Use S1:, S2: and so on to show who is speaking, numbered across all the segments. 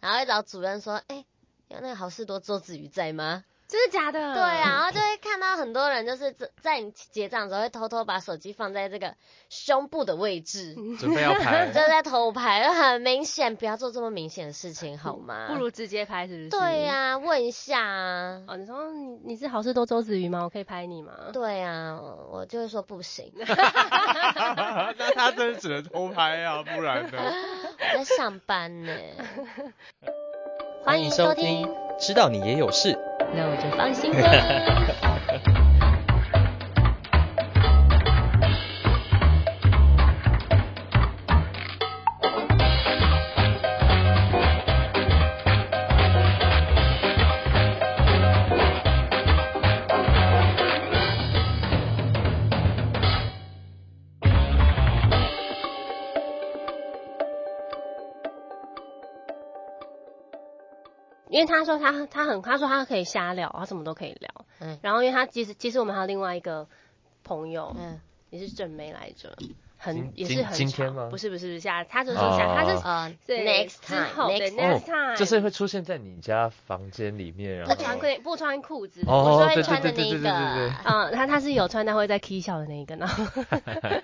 S1: 然后会找主任说，哎、有那个好事多周子瑜在吗？
S2: 真的假的？
S1: 对啊，然后就会看到很多人就是在在你结账的时候会偷偷把手机放在这个胸部的位置，
S2: 嗯
S3: 准备要
S1: 就
S3: 拍，
S1: 在偷拍，就很明显，不要做这么明显的事情好吗？
S2: 不如直接拍是不是？
S1: 对、呀、问一下啊。
S2: 哦，你说你你是好事多周子瑜吗？我可以拍你吗？
S1: 对啊，我就会说不行，
S3: 那他真的只能偷拍啊，不然 呢？
S1: 我在上班 呢。
S4: 欢迎收听，知道你也有事。
S1: 那我就放心了。
S2: 因为他说他他很他说他可以瞎聊，他什么都可以聊。
S1: 嗯
S2: 然后因为他其实其实我们还有另外一个朋友，
S1: 嗯，
S2: 也是正妹来着，很
S4: 今
S2: 也是
S4: 今
S2: 很
S4: 今
S2: 长
S4: 天吗
S2: 不是不是不是下，他就说
S4: 哦
S2: 下，他是
S1: 呃
S2: 对
S1: ，next
S2: 之后对
S1: time，next，
S2: next time，
S4: 就是会出现在你家房间里面，然
S2: 不
S4: 后
S2: 穿裤不穿裤子。
S4: 哦
S1: 我是
S4: 对
S1: 会
S4: 对
S1: 穿的
S4: 对
S1: 那一
S4: 对
S1: 个
S4: 对对对
S1: 啊。
S2: 嗯，他他是有穿，但会在 K 笑的那一个，然 后，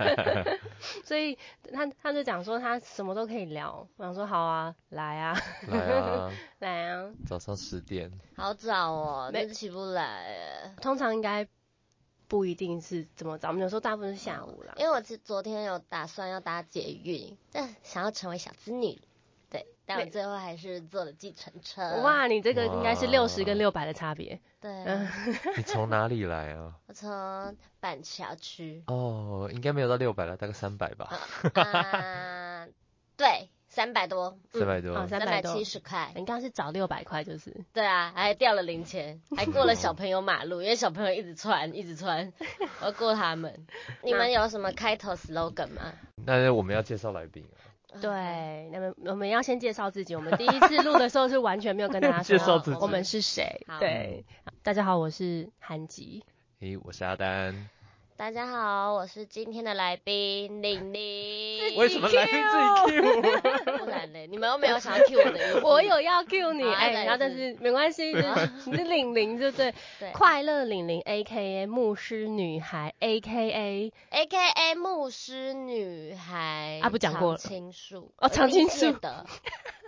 S2: 所以他他就讲说他什么都可以聊，我想说好啊，来啊，
S4: 来 啊，
S2: 来啊，
S4: 早上十点，
S1: 好早哦，
S2: 没
S1: 真的起不来耶。
S2: 通常应该不一定是这么早，我们有时候大部分是下午啦。
S1: 因为我是昨天有打算要搭捷运，但想要成为小资女，对，但我
S2: 对
S1: 最后还是坐了计程车。，
S2: 哇，嗯你这个应该是六十
S4: 哇
S2: 跟六百的差别，
S1: 对，
S4: 你从哪里来 啊？
S1: 我从板桥 区
S4: 哦，应该没有到六百了，大概三百吧，
S1: 啊，对，三百多，
S4: 三
S1: 嗯，
S4: 百多
S2: 哦，
S1: 三
S2: 300多
S1: 七十块，
S2: 你刚刚是找六百块就是。
S1: 对啊，还掉了零 钱，还过了小朋友马路，因为小朋友一直穿，一直穿，我要过他 们。你们有什么开头 slogan 吗？嗯
S4: 那我们要介绍来宾啊，
S2: 对，那么我们要先介绍自己。我们第一次录的时候是完全没有跟大家说
S4: 介绍自己
S2: 我们是谁
S1: 好。
S2: 对，大家好，我是韩吉。
S4: 诶，我是阿丹，
S1: 大家好，我是今天的来宾玲玲。
S4: 为什么来自己 E Q？
S1: 不然 嘞？你们又没有想要 cue 我的意思。
S2: 我有要 Q 你，
S1: 好
S2: 哎、
S1: 再来一次
S2: 然后但是没关系，就是 你是玲玲，对不对？
S1: 对
S2: 快乐玲玲，A K A 牧师女孩，A K A
S1: A K A 牧师女孩
S2: 啊不讲过了
S1: 常青树
S2: 哦常青树
S1: 的，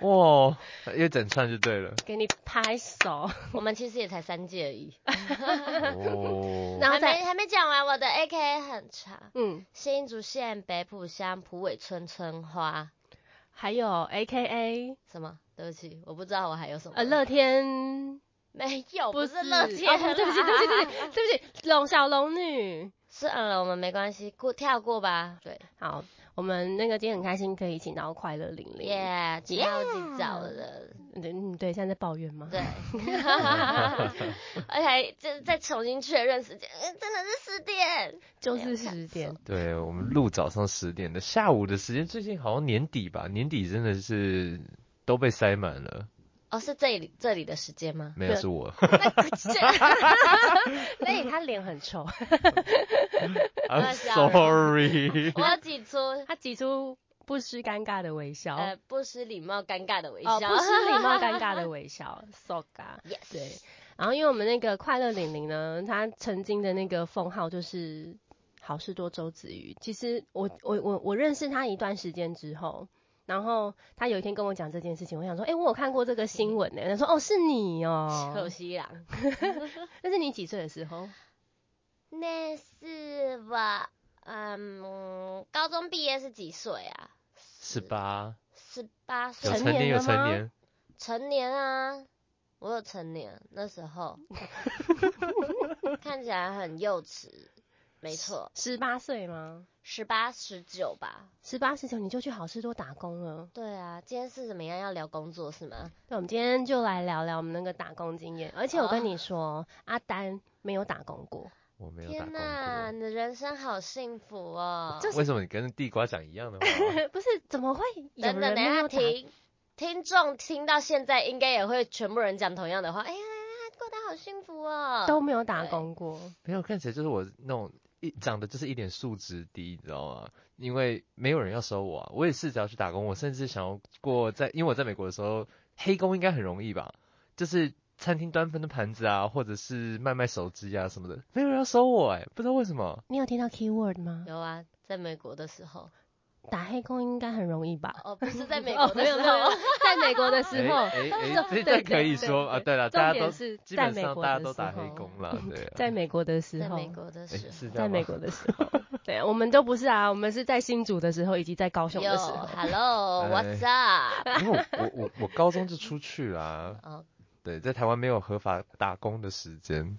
S4: 哇，一整串就对 了，
S2: 给你拍手。
S1: 我们其实也才三届而已。
S4: 哦，
S2: 然后
S1: 还
S2: 再
S1: 没还没讲完，我的 A K A 很长，
S2: 嗯，
S1: 新竹县北浦乡浦尾村村花
S2: 还有 A K A
S1: 什么？对不起，我不知道我还有什么。
S2: 呃乐天，
S1: 没有，
S2: 不
S1: 不是乐天、啊
S2: 哦，不对不起，对不起，对不起，对不起，龙小龙女。
S1: 算嗯了，我们没关系，过跳过吧。对，
S2: 好，我们那个今天很开心可以请到快乐玲玲。
S1: 耶、
S2: Yeah
S1: 超级早的，
S2: 嗯，对，现在在抱怨吗？
S1: 对， 而且还再再重新确认时间，嗯真的是十点。
S2: 就是十点。
S4: 对我们录早上十点的，下午的时间最近好像年底吧，年底真的是都被塞满了，
S1: 哦，是这里这里的时间 吗？
S4: 没有
S2: 对
S4: 是我，
S2: 所以他脸很臭，
S4: I'm
S1: 吓人
S4: sorry，
S1: 我要挤出
S2: 他挤出不失尴尬的微笑，
S1: 呃不失礼貌、尴尬的微笑。
S2: 哦，不失礼貌尴尬 的微笑，so ga。
S1: yes，
S2: 对，然后因为我们那个快乐玲玲呢，她曾经的那个封号就是好事多周子瑜。其实我我我我认识她一段时间之后。然后她有一天跟我讲这件事情，我想说，哎、我有看过这个新闻呢、她说，哦，是你哦、
S1: 臭西 郎，
S2: 那是你几岁的时候？
S1: 那是我嗯，高中毕业是几岁啊？
S4: 十八，
S1: 十八岁
S4: 有
S2: 成
S4: 成年
S2: 年
S4: 有
S2: 了吗
S4: 成年，
S1: 成年啊，我有成年那时 候，看起来很幼稚，没错，
S2: 十八岁吗？
S1: 十八十九吧。
S2: 十八十九你就去好事多打工了。
S1: 对啊，今天是怎么样？要聊工作是吗？
S2: 对，我们今天就来聊聊我们那个打工经验。而且我
S1: 好啊
S2: 跟你说，阿丹没有打工过，
S4: 我没有打
S1: 天
S4: 工
S1: 哪，
S4: 过。
S1: 你的人生好幸福哦！
S2: 就是
S4: 为什么你跟地瓜讲一样的话？
S2: 不是怎么会有人
S1: 等等，等
S2: 没
S1: 一下
S2: 有打？
S1: 停，听众听到现在应该也会全部人讲同样的话。哎呀，过得好幸福哦！
S2: 都没有打工过，
S4: 没有，看起来就是我那种一长得就是一点素质低，你知道吗？因为没有人要收我啊。我也试着要去打工，我甚至想要过在，因为我在美国的时候黑工应该很容易吧？就是餐厅端分的盘子啊，或者是卖卖手机啊什么的，没有人要收我哎、不知道为什么。
S2: 你有听到 keyword 吗？
S1: 有啊，在美国的时候，
S2: 打黑工应该很容易吧？
S1: 哦，不是在美
S2: 哦
S1: 国，的
S2: 没有
S1: 时
S2: 没有，没有
S1: 候，
S2: 在美国的时候，
S4: 哎哎
S2: 重
S4: 哎，这
S2: 对
S4: 这
S2: 对
S4: 可以
S2: 对
S4: 说啊，对了，
S2: 重
S4: 大家
S2: 点
S4: 都
S2: 是
S4: 基
S2: 在
S4: 本
S2: 美
S4: 上
S2: 国
S4: 大家
S2: 的
S4: 都
S2: 时
S4: 打
S2: 候
S4: 黑工啦，对啊，
S2: 在美国的时
S1: 在
S2: 候，
S1: 美国的
S4: 哎
S1: 时
S4: 是
S1: 候，
S4: 这
S2: 在
S4: 样
S2: 美
S4: 吗
S2: 国的 时候，对，我们都不是啊，我们是在新竹的时候以及在高雄
S1: 有
S2: 的时候。
S4: 哎
S1: Hello，What's up？
S4: 因为我我我我高中就出去啦，
S1: 哦，
S4: 对，在台湾没有合法打工的时间，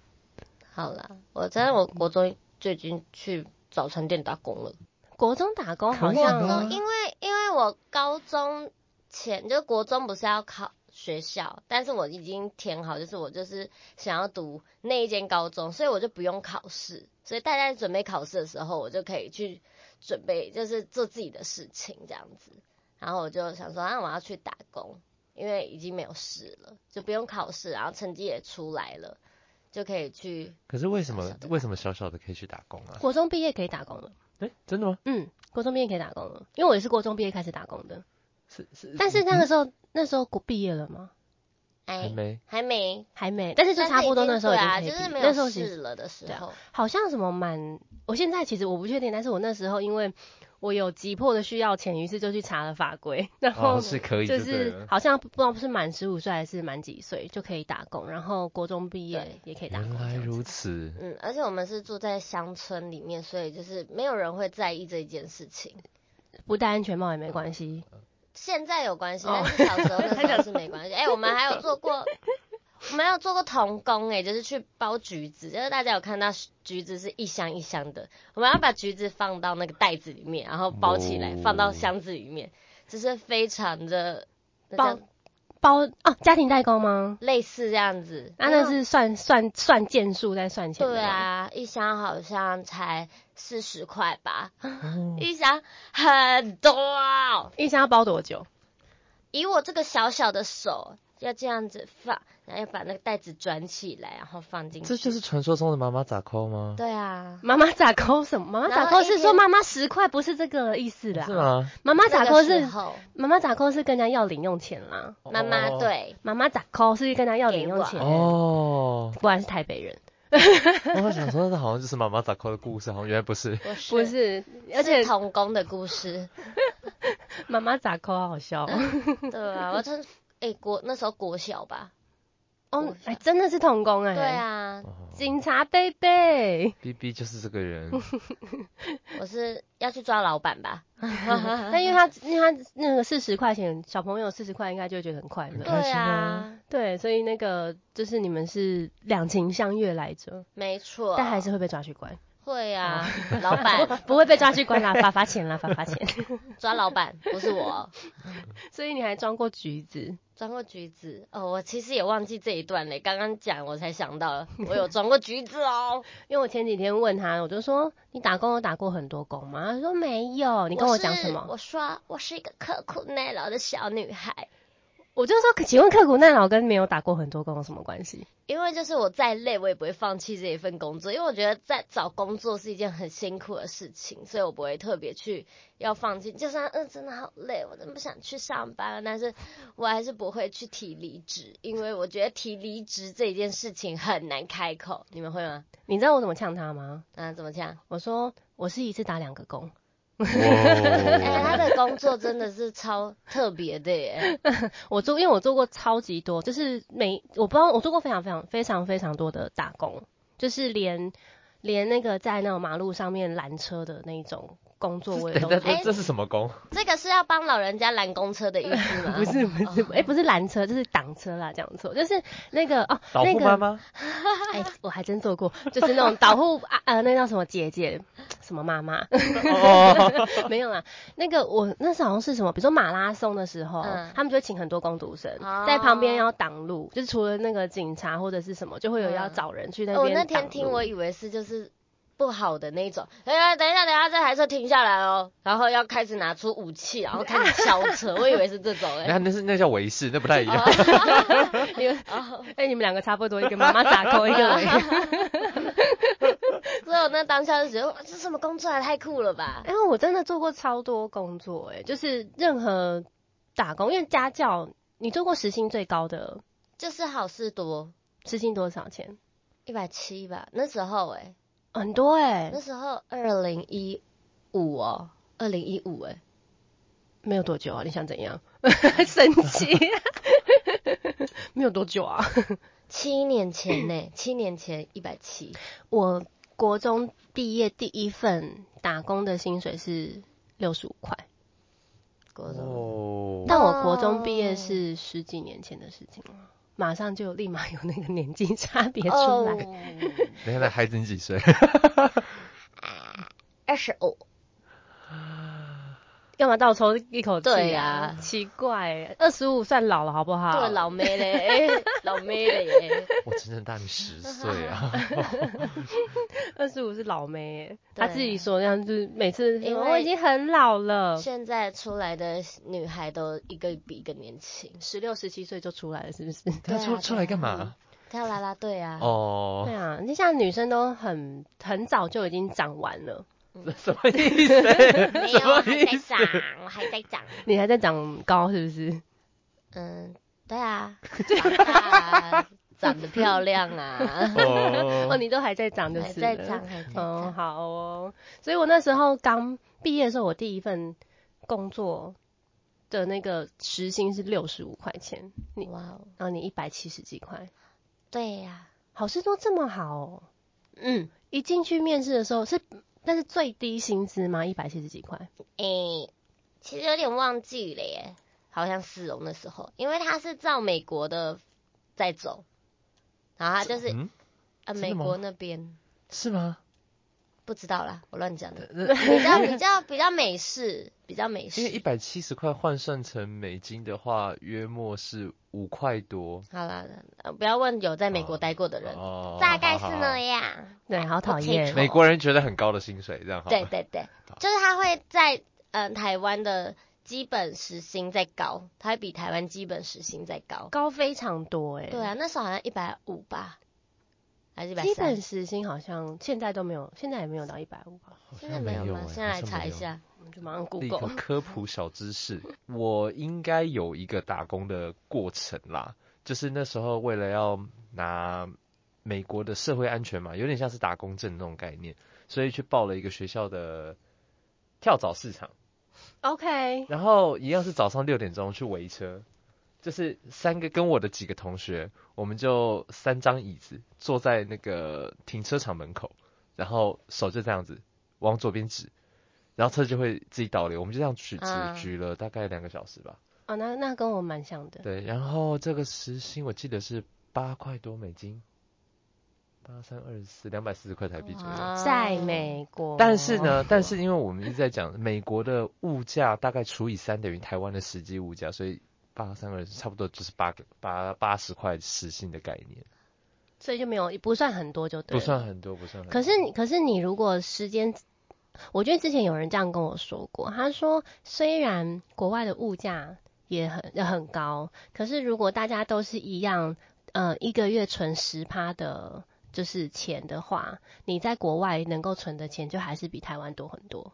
S1: 好啦，我在我国中最近去早餐店打工了。
S2: 国中打工好
S4: 可以
S2: 像
S4: 啊
S1: 中，哦因为因为我高中前就是国中不是要考学校，但是我已经填好，就是我就是想要读那一间高中，所以我就不用考试，所以大家准备考试的时候，我就可以去准备，就是做自己的事情这样子。然后我就想说，啊，我要去打工，因为已经没有事了，就不用考试，然后成绩也出来了，就可以去。
S4: 可是为什
S1: 小
S4: 么
S1: 小的
S4: 为什么小小的可以去打工啊？
S2: 国中毕业可以打工了。
S4: 哎，真的吗？
S2: 嗯，国中毕业可以打工了，因为我也是国中毕业开始打工的。
S4: 是是，
S2: 但是那个时候，那时候国毕业了吗？
S4: 还
S1: 哎，
S4: 没
S1: 还没，
S2: 还没，但是就
S1: 但
S2: 差不多
S1: 已经
S2: 那时候已
S1: 对
S2: 经
S1: 啊，
S2: 可以
S1: 就
S2: 毕业
S1: 是没
S2: 那
S1: 有
S2: 时候其实
S1: 事了的时
S2: 对啊
S1: 候。
S2: 好像什么满，我现在其实我不确定，但是我那时候因为我有急迫的需要钱，于是就去查了法规，然后、
S4: 哦，是可以
S2: 就
S4: 对
S2: 是
S4: 了。
S2: 好像不知道是满十五岁还是满几岁就可以打工，然后国中毕业
S1: 对
S2: 也可以打工
S4: 原
S2: 这样
S4: 来
S2: 子。
S4: 如此，
S1: 嗯，而且我们是住在乡村里面，所以就是没有人会在意这一件事情。
S2: 不戴安全帽也没关系。
S1: 现在有关系，
S2: 哦
S1: 但是小时候那时候是没关系。哎、我们还有做过，我们还有做过童工、哎，就是去包橘子，就是大家有看到橘子是一箱一箱的，我们要把橘子放到那个袋子里面，然后包起来
S4: 哦，
S1: 放到箱子里面，就是非常的那叫
S2: 包包哦，家庭代工吗？
S1: 类似这样子。
S2: 啊，那是算算算件数在算钱的
S1: 对
S2: 吗，
S1: 啊，一箱好像才四十块吧，一箱很多啊、
S2: 一箱要包多久？
S1: 以我这个小小的手，要这样子放，然后要把那个袋子转起来，然后放进去。
S4: 这就是传说中的妈妈咋扣吗？
S1: 对啊，
S2: 妈妈咋扣什么？妈妈
S1: 然
S2: 咋
S1: 后
S2: 扣
S1: 一
S2: 是
S1: 天
S2: 说妈妈十块不是这个意思啦。
S4: 是？吗？
S2: 妈妈咋
S1: 那
S2: 扣
S1: 个时
S2: 是
S1: 候
S2: 妈妈咋扣是跟人家要零用钱啦。
S1: 妈妈
S4: 哦。
S1: 对，
S2: 妈妈咋扣是跟人家要零用钱。
S4: 哦，
S2: 果然是台北人，
S4: 我想说，那好像就是妈妈咋扣的故事，好像原来不是。
S1: 我是
S2: 不是？而且
S1: 是童工的故事。
S2: 妈妈咋扣好 好笑哦。
S1: 对啊，我真哎国那时候国小吧。
S2: 哦，哎，真的是童工哎、
S1: 对，啊，
S4: 哦
S2: 警察贝贝，
S4: B B 就是这个人，
S1: 我是要去抓老板吧？
S2: 但因为他因为他那个四十块钱，小朋友四十块应该就会觉得很快乐。
S4: 开
S1: 对
S4: 心啊
S1: 啊，
S2: 对，所以那个就是你们是两情相悦来着，
S1: 没错。
S2: 但还是会被抓去关，
S1: 会啊，老 板
S2: 不会被抓去 关啦，罚罚钱啦，罚罚钱。
S1: 抓老板不是我。
S2: 所以你还装过橘子，
S1: 装过橘子哦，我其实也忘记这一段嘞，刚刚讲我才想 到，我有装过橘子哦。
S2: 因为我前几天问他，我就说你打工有打过很多工吗？他说没有，你跟我讲什
S1: 我是
S2: 么？
S1: 我说我是一个刻苦耐劳的小女孩，
S2: 我就说，请问刻苦耐劳跟没有打过很多工有什么关系？
S1: 因为就是我再累，我也不会放弃这一份工作，因为我觉得在找工作是一件很辛苦的事情，所以我不会特别去要放弃。就算嗯、呃真的好累，我真的不想去上班啊了，但是我还是不会去提离职，因为我觉得提离职这件事情很难开口。你们会吗？
S2: 你知道我怎么呛他吗？
S1: 啊，怎么讲？
S2: 我说我是一次打两个工。
S1: 哎、他
S4: 哇，
S1: 的工作真的是超特别的耶！
S2: 我做，因为我做过超级多，就是每我不知道我做过非常非常非常非常多的打工，就是连连那个在那种马路上面拦车的那种工作 我也哎都
S4: 等等，
S2: 做。
S4: 这这是什么工？
S1: 这个是要帮老人家拦公车的意思吗？
S2: 不是不是，哎、不是拦车，就是挡车啦，讲错，就是那个哦，
S4: 导
S2: 那
S4: 护妈
S2: 个
S4: 妈？
S2: 哎、我还真做过，就是那种导护啊呃，那叫什么姐姐，什么妈妈，
S4: 哦，
S2: 没有啦，那个我那时候好像是什么，比如说马拉松的时候，
S1: 嗯
S2: 他们就会请很多工读生、
S1: 哦
S2: 在旁边要挡路，就是除了那个警察或者是什么，就会有要找人去那边、
S1: 嗯哦我那天听，我，以为是就是不好的那种。哎、呀，等一下，等一下，这台车停下来哦，然后要开始拿出武器，然后开 始敲车。我以为是这种哎、
S4: 那那是那叫维士，那不太一样。
S2: 你们哎、你们两个差不多，一个妈妈打扣，一 个我。
S1: 所以我那当下就觉得哇这什么工作啊，太酷了吧！
S2: 因为哎我真的做过超多工作、哎，就是任何打工，因为家教你做过时薪最高的
S1: 就是好事多
S2: 时薪多少钱？
S1: 一百七吧，那时候哎、
S2: 很多哎、
S1: 那时候二零一五哦，二零一五哎，
S2: 没有多久啊，你想怎样？ 生气？ 没有多久啊，
S1: 七年前呢、七年前一百七，
S2: 我国中毕业第一份打工的薪水是六十五块，
S1: 国中
S4: 哦，
S2: 但我国中毕业是十几年前的事情了。马上就有立马有那个年纪差别出来
S4: 等一下，那孩子你几岁？
S1: 二十五，
S2: 要么倒抽一口气、
S1: 对
S2: 啊
S1: 啊，
S2: 奇怪，欸二十五算老了好不好？
S1: 对老妹嘞，哎老妹嘞耶，
S4: 我整整大你十岁 啊！
S2: 二十五是老妹耶，
S1: 对
S2: 她自己说那样，就是每次
S1: 因为
S2: 啊我已经很老了，
S1: 现在出来的女孩都一个比一个年轻，
S2: 十六、十七岁就出来了，是不是？
S4: 他
S1: 对
S4: 出
S1: 啊
S4: 出来干
S1: 对
S4: 嘛
S1: 啊？跳啦啦队啊，
S4: 哦
S2: 对，啊，你像女生都很很早就已经长完了，
S4: 什么意思？
S1: 没有
S4: 什么
S1: 我还
S4: 意
S1: 在
S4: 思？
S1: 长，我还在长，
S2: 你还在长高是不是？
S4: 哦
S1: 嗯，对啊，长大啊长得漂亮啊，
S2: 哦，
S4: 哦，
S2: 你都还在长就
S1: 还
S2: 是
S1: 在
S2: 了
S1: 长，还在
S2: 嗯，
S1: 长，
S2: 好啊哦。所以我那时候刚毕业的时候，我第一份工作的那个时薪是六十五块钱，你
S1: 哇哦，
S2: 然后你一百七十几块，
S1: 对呀，
S2: 好事多这么好哦。
S1: 嗯。
S2: 一进去面试的时候是，但是最低薪资吗？一百七十几块？
S1: 诶、其实有点忘记了耶，好像是哦那时候，因为他是照美国的在走，然后他就是、
S4: 嗯，
S1: 呃
S4: 真的
S1: 美
S4: 吗
S1: 国那边
S4: 是吗？
S1: 不知道啦，我乱讲的，
S4: 那
S1: 比较比较比较美式，比较美
S4: 因为一
S1: 式。
S4: 百七十块换算成美金的话，约莫是五块多。
S1: 好啦、呃不要问有在美国
S4: 哦
S1: 待过的人，
S4: 哦，
S1: 大概是
S4: 好好好
S1: 那样。
S2: 对，好讨厌。哦
S4: 美国人觉得很高的薪水，这样好。
S1: 对，对对，就是他会在嗯、呃台湾的基本时薪再高，他会比台湾基本时薪再高。
S2: 高非常多哎、
S1: 对啊，那时候好像一百五吧，还是一百
S2: 基
S1: 三
S2: 本？时薪好像现在都没有，现在也没有到一百五吧，
S1: 现在没有吗？
S4: 好像没有欸
S1: 现在来
S4: 好像
S1: 查
S4: 没
S1: 一
S4: 有
S1: 下。
S2: 我们就马上
S4: 立刻
S2: Google。
S4: 科普小知识，我应该有一个打工的过程啦，就是那时候为了要拿美国的社会安全嘛，有点像是打工证那种概念，所以去报了一个学校的跳蚤市场，
S2: OK，
S4: 然后一样是早上六点钟去围车，就是三个跟我的几个同学，我们就三张椅子坐在那个停车场门口，然后手就这样子往左边指，然后车就会自己导流，我们就这样举
S1: 啊
S4: 举举了大概两个小时吧。
S2: 哦，那那跟我蛮像的，
S4: 对，然后这个时薪我记得是八块多美金，八三二十四，两百四十块台币左右。
S1: 哇
S2: 在美国。
S4: 啊但是呢，但是因为我们一直在讲美国的物价大概除以三等于台湾的实际物价，所以八三二差不多就是八个八八十块时薪的概念，
S2: 所以就没有不算很多就对，
S4: 不算。很多，不算很多。
S2: 可是你，可是你如果时间，我觉得之前有人这样跟我说过，他说虽然国外的物价也很也很高，可是如果大家都是一样，呃，一个月存十趴的，就是钱的话，你在国外能够存的钱就还是比台湾多很多。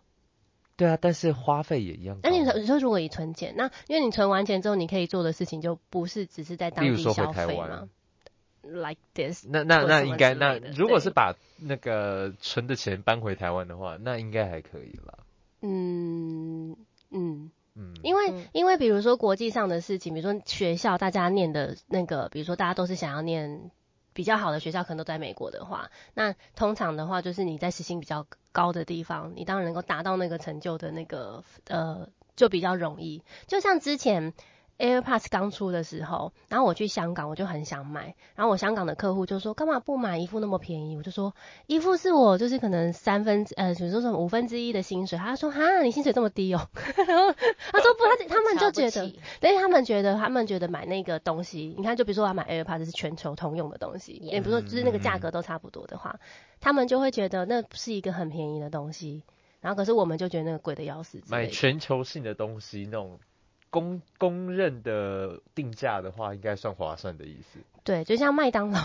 S4: 对啊，但是花费也一样高
S2: 那。你说你说如果你存钱，那因为你存完钱之后，你可以做的事情就不是只是在当
S4: 例如
S2: 地
S4: 说回
S2: 消
S4: 台
S2: 费
S4: 湾
S2: 嘛。Like this，
S4: 那那
S2: 或
S4: 那
S2: 什么
S4: 应该
S2: 之
S4: 那
S2: 类的
S4: 如果
S2: 对
S4: 是把那个存的钱搬回台湾的话，那应该还可以啦。
S2: 嗯嗯。
S4: 嗯，
S2: 因为、
S1: 嗯
S2: 因为比如说国际上的事情，比如说学校大家念的那个，比如说大家都是想要念比较好的学校，可能都在美国的话，那通常的话就是你在时薪比较高的地方，你当然能够达到那个成就的那个呃，就比较容易。就像之前。AirPods 刚出的时候，然后我去香港，我就很想买。然后我香港的客户就说：“干嘛不买一副那么便宜？”我就说：“一副是我就是可能三分之呃，比如说什么五分之一的薪水。”他说：“哈，你薪水这么低哦、 他说：“不，他他们就
S1: 瞧不
S2: 觉得
S1: 起，
S2: 但是他们觉得，他们觉得买那个东西，你看，就比如说我要买 AirPods 是全球通用的东西，
S1: Yeah 嗯
S2: 也不是说就是那个价格都差不多的话，他们就会觉得那是一个很便宜的东西。然后可是我们就觉得那个贵的要死之
S4: 买
S2: 类的。
S4: 全球性的东西那种公公认的定价的话，应该算划算的意思。
S2: 对，就像麦当劳，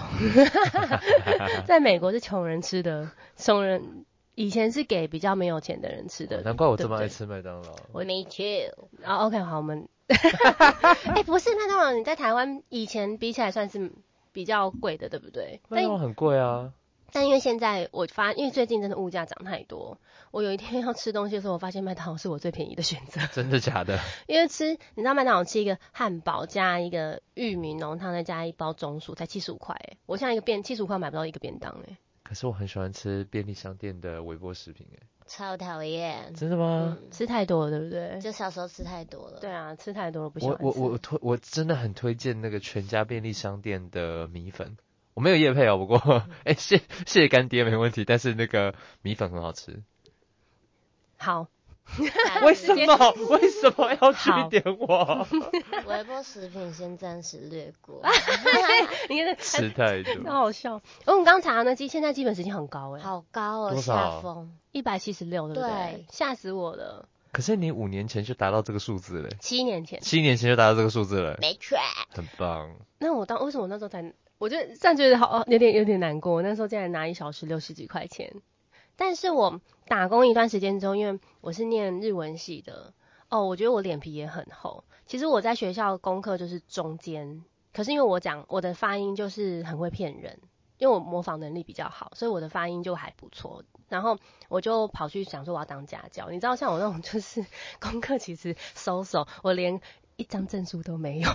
S2: 在美国是穷人吃的，穷人以前是给比较没有钱的人吃的。
S4: 哦难怪我
S2: 对
S4: 这
S2: 不
S4: 么爱
S2: 对
S4: 吃麦当劳。
S1: 我没去，
S2: 啊，OK，好，我们哎、不是，那当然你在台湾以前比起来算是比较贵的，对不对？
S4: 那
S2: 但
S4: 种很贵啊。
S2: 但因为现在我发，因为最近真的物价涨太多，我有一天要吃东西的时候，我发现麦当劳是我最便宜的选择。
S4: 真的假的？
S2: 因为吃，你知道麦当劳吃一个汉堡加一个玉米浓汤，再加一包中薯，才七十五块哎！我现在一个便七十五块买不到一个便当哎、
S4: 可是我很喜欢吃便利商店的微波食品、
S2: 嗯
S4: 欸，
S1: 超讨厌，
S4: 真的吗？
S2: 吃太多了对不对？
S1: 就小时候吃太多了。
S2: 对啊，吃太多了不喜欢
S4: 我
S2: 吃。
S4: 我我推我真的很推荐那个全家便利商店的米粉，我没有夜配哦，不过 哎、谢谢谢干爹没问题，但是那个米粉很好吃，
S2: 好，
S1: 下次
S4: 为什么为什么要去
S2: 好
S4: 点我？
S1: 微波食品先暂时略 过，
S2: 你看
S4: 吃太
S2: 那
S4: 多，
S2: 好好笑。而我们刚查呢，基现在基本时间很高哎、
S1: 好高哦，
S4: 多少
S1: 下风
S2: 一百七十六对不对
S1: 对？
S2: 吓死我了！
S4: 可是你五年前就达到这个数字了，
S2: 七年前，
S4: 七年前就达到这个数字了，
S1: 没错。
S4: 很棒。
S2: 那我当为什么我那时候才，我就这样觉得好有点有点难过，我那时候竟然拿一小时六十几块钱。但是我打工一段时间之后，因为我是念日文系的，哦，我觉得我脸皮也很厚。其实我在学校功课就是中间，可是因为我讲我的发音就是很会骗人，因为我模仿能力比较好，所以我的发音就还不错。然后我就跑去想说我要当家教，你知道像我那种就是 功课其实收手，我连一张证书都没有，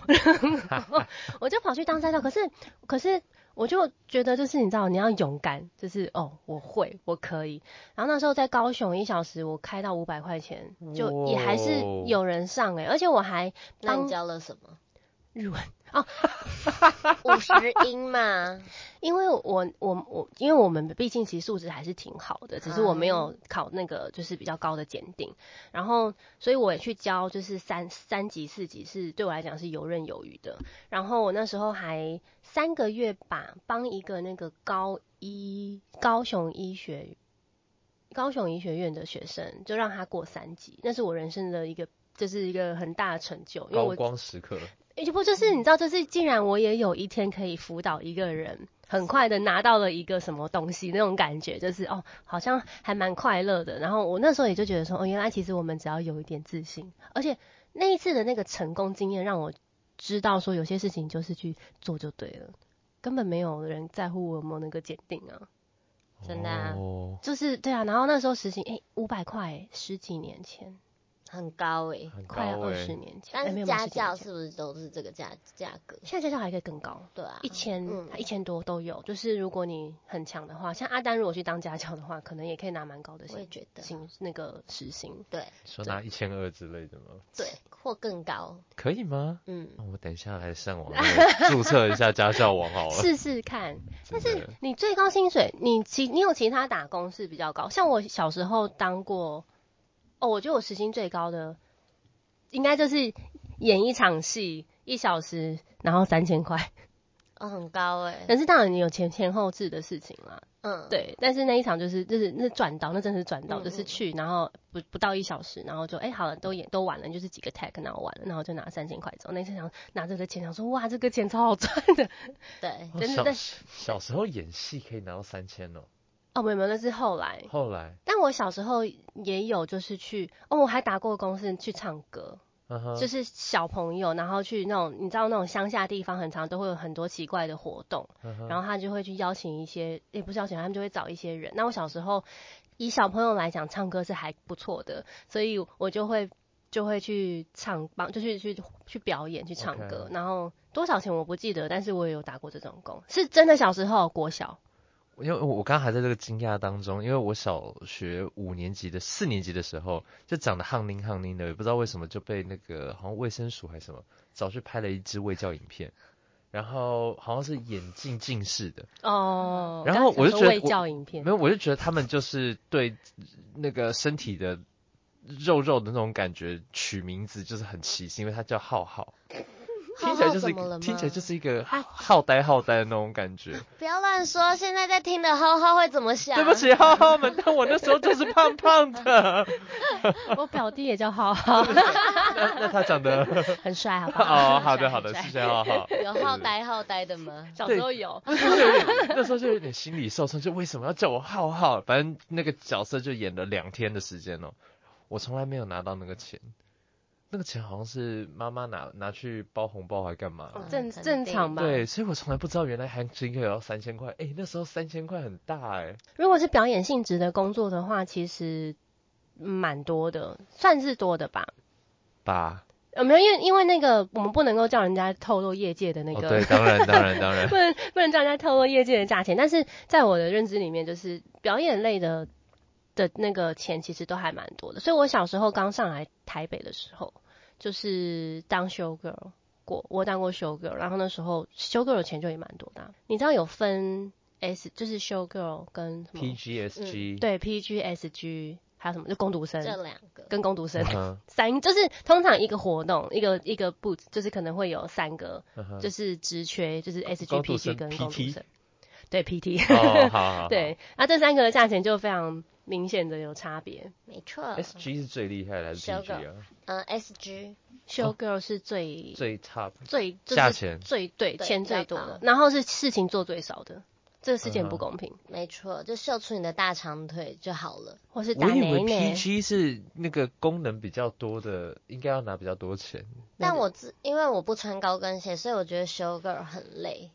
S2: 然后我就跑去当家教。可是可是我就觉得就是你知道你要勇敢，就是哦我会我可以。然后那时候在高雄一小时我开到五百块钱，就也还是
S4: 哇
S2: 有人上哎、而且我还
S1: 那
S2: 当
S1: 你教了什么？哦
S2: 日文。
S1: 五十音嘛，
S2: 因为我我我，因为我们毕竟其实素质还是挺好的，只是我没
S4: 嗯
S2: 有考那个就是比较高的检定，然后所以我也去教就是三三级四级是对我来讲是游刃有余的。然后我那时候还三个月吧，帮一个那个高一高雄医学高雄医学院的学生，就让他过三级，那是我人生的一个。这、是一个很大的成就，因为
S4: 高
S2: 我
S4: 光时刻，
S2: 也不就是你知道，就是竟然我也有一天可以辅导一个人，很快的拿到了一个什么东西，那种感觉就是哦，好像还蛮快乐的。然后我那时候也就觉得说，哦，原来其实我们只要有一点自信，而且那一次的那个成功经验让我知道说，有些事情就是去做就对了，根本没有人在乎我有没有那个检定啊。
S1: 真的啊
S4: 哦，
S2: 就是对啊，然后那时候实行，哎、五百块，十几年前，
S1: 很高诶、
S4: 很
S2: 快要
S4: 高
S2: 二
S4: 哎、
S2: 十年前，哎
S1: 但是
S2: 没有
S1: 家
S2: 20年
S1: 教
S2: 前
S1: 是不是都是这个价价格？
S2: 现在家教还可以更高。
S1: 对啊，
S2: 一千、
S1: 嗯
S2: 一千多都有。就是如果你很强的话，像阿丹如果去当家教的话，可能也可以拿蛮高的
S1: 我也
S2: 薪
S1: 觉得啊
S2: 薪那个时薪。
S1: 对
S4: 说拿一千二之类的吗？
S1: 对，或更高。
S4: 可以吗？
S1: 嗯，
S4: 那我等一下来上网 那个注册一下家教网好啊了。
S2: 试试看，但
S4: 真的
S2: 是你最高薪水，你其你有其他打工是比较高，像我小时候当过，哦，我觉得我时薪最高的，应该就是演一场戏一小时，然后三千块，
S1: 哦，很高诶、
S2: 但是当然你有前前后置的事情啦，
S1: 嗯，，
S2: 嗯对，但是那一场就是就是那转到，那真的是转到，
S1: 嗯
S2: 就是
S1: 嗯
S2: 去，然后不不到一小时，然后就哎、好了，都演都完了，就是几个 tag，然后完了，然后就拿三千块走。那天想拿着的钱想说哇，这个钱超好赚的。
S1: 对，
S4: 哦
S2: 真的
S4: 小
S2: 但
S4: 小时候演戏可以拿到三千哦，
S2: 哦，没有没有，那是后来。
S4: 后来，
S2: 但我小时候也有就是去哦，我还打过工是去唱歌，
S4: 嗯哼，
S2: 就是小朋友，然后去那种你知道那种乡下地方，很常都会有很多奇怪的活动。
S4: 嗯哼
S2: 然后他就会去邀请一些，也不是邀请，他们就会找一些人。那我小时候以小朋友来讲，唱歌是还不错的，所以我就会就会去唱帮，就是去去表演去唱歌。
S4: OK
S2: 然后多少钱我不记得，但是我也有打过这种工，是真的小时候国小
S4: 因为我我刚刚还在这个惊讶当中，因为我小学五年级的四年级的时候，就长得憨灵憨灵的，也不知道为什么就被那个好像卫生署还是什么找去拍了一支卫教影片，然后好像是眼镜近视的，
S2: 哦。
S4: 然后我就觉得
S2: 卫
S4: 我
S2: 教影片
S4: 没有，我就觉得他们就是对那个身体的肉肉的那种感觉取名字就是很歧视，因为他叫浩浩，听起来就是一
S1: 浩浩怎么了
S4: 个
S1: 吗
S4: 听起来就是一个
S2: 啊
S4: 浩呆浩呆的那种感觉。
S1: 不要乱说。现在在听的浩浩会怎么想？
S4: 对不，起，浩浩们，但我那时候就是胖胖的。
S2: 我表弟也叫浩浩，
S4: 那那他 长得
S2: 很帅，好不好？
S4: 哦，
S2: 很
S4: 好
S2: 帅
S4: 的好的，
S2: 很
S4: 谢
S2: 帅
S4: 谢浩浩。
S1: 有浩呆浩呆的吗？
S2: 小
S4: 对
S2: 时候有，
S4: 就是有点 那时候就有点心理受创，就为什么要叫我浩浩？反正那个角色就演了两天的时间哦，我从来没有拿到那个钱，那个钱好像是妈妈拿拿去包红包还干嘛的？
S1: 嗯
S2: 正
S1: 肯
S2: 正
S1: 定
S2: 常吧？
S4: 对，所以我从来不知道原来韩星可以要三千块。哎、那时候三千块很大哎、
S2: 如果是表演性质的工作的话，其实蛮多的，算是多的吧。
S4: 吧？
S2: 呃，没有，因为因为那个我们不能够叫人家透露业界的那
S4: 哦，
S2: 个，
S4: 对，当然当然当然
S2: 不能不能叫人家透露业界的价钱。但是在我的认知里面，就是表演类的的那个钱其实都还蛮多的。所以我小时候刚上来台北的时候，就是当 show girl 过，我当过 show girl，然后那时候 show girl 的钱就也蛮多的啊。你知道有分 S 就是 show girl 跟什么
S4: ，PGSG，、
S2: 对 PGSG 还有什么就攻读生
S1: 这两个，
S2: 跟攻读生
S4: 嗯。哼，
S2: 三就是通常一个活动，一个一个 booth，就是可能会有三个，
S4: 嗯哼，
S2: 就是职缺，就是 S G
S4: 工读
S2: P
S4: 生
S2: G 跟
S4: PT
S2: 工读生，对 P T，
S4: 哦，好好好，
S2: 对，那这三个的价钱就非常明显的有差
S4: 哦
S2: 别。
S1: 没错。
S4: ，SG 是最厉害的还是
S1: 小狗
S4: PG 啊？
S1: 嗯，SG
S2: Show girl 是最
S4: 最 top
S2: 最就是
S4: 价钱
S2: 最对
S1: 对
S2: 钱
S1: 比较
S2: 最多
S1: 高
S2: 的，然后是事情做最少的，这个事情很不
S4: 嗯哼
S2: 公平，
S1: 没错，就秀出你的大长腿就好了。
S2: 或是打
S4: 我以为
S2: 奶奶。
S4: PG 是那个功能比较多的，应该要拿比较多钱。
S2: 那
S1: 但
S2: 个
S1: 我自因为我不穿高跟鞋，所以我觉得 show girl 很累，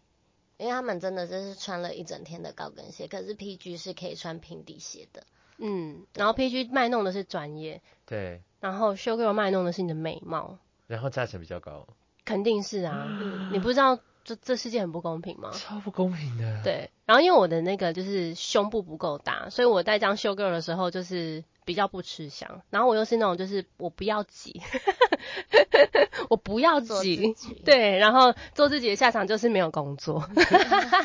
S1: 因为他们真的就是穿了一整天的高跟鞋。可是 PG 是可以穿平底鞋的，
S2: 嗯，然后 P G 卖弄的是专业，
S4: 对，
S2: 然后 Show girl 卖弄的是你的美貌，
S4: 然后价钱比较高，
S2: 肯定是啊，
S1: 嗯
S2: 你不知道这这世界很不公平吗？
S4: 超不公平的。
S2: 对，然后因为我的那个就是胸部不够大，所以我在当修 girl 的时候就是比较不吃香。然后我又是那种就是我不要挤， 我不要
S1: 做自己
S2: 挤，。对，然后做自己的下场就是没有工作。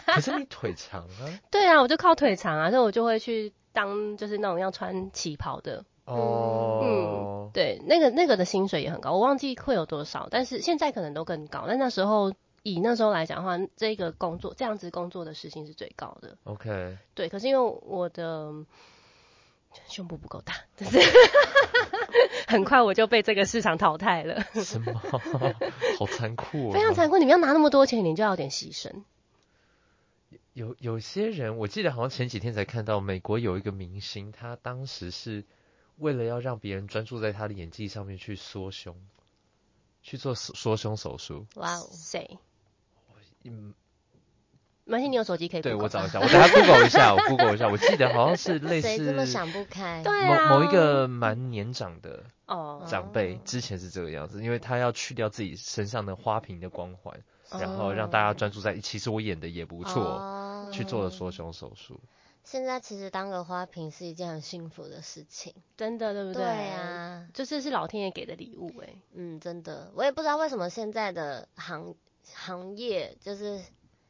S4: 可是你腿长 啊。
S2: 对啊，我就靠腿长啊，所以我就会去当就是那种要穿旗袍的。
S4: 哦，
S2: 对，那个那个的薪水也很高，我忘记会有多少，但是现在可能都更高。但那时候以那时候来讲的话，这个工作这样子工作的时薪是最高的。
S4: OK，
S2: 对，可是因为我的胸部不够大，就是 很快我就被这个市场淘汰了，
S4: 什么？好残酷 哦！
S2: 非常残酷。你们要拿那么多钱，你就要有点牺牲。
S4: 有有些人，我记得好像前几天才看到，美国有一个明星，他当时是为了要让别人专注在他的演技上面去缩胸，去做缩缩胸手术。
S1: 哇哦，
S2: 谁？
S4: 嗯，
S2: 没关系，你有手机可以 Google。
S4: 对我找一下，我 等下 Google 一下，我 Google 一下，我记得好像是类
S1: 谁
S4: 似
S1: 这么想不开？
S2: 对啊，
S4: 某某一个蛮年长的
S2: 哦，
S4: 长辈
S1: 哦，
S4: 之前是这个样子，因为他要去掉自己身上的花瓶的光环，
S2: 哦
S4: 然后让大家专注在，其实我演的也不错，
S1: 哦
S4: 去做了缩胸手术。
S1: 现在其实当个花瓶是一件很幸福的事情。
S2: 真的对不
S1: 对
S2: 啊，
S1: 啊，
S2: 就是是老天爷给的礼物哎、
S1: 嗯，真的，我也不知道为什么现在的行行业就是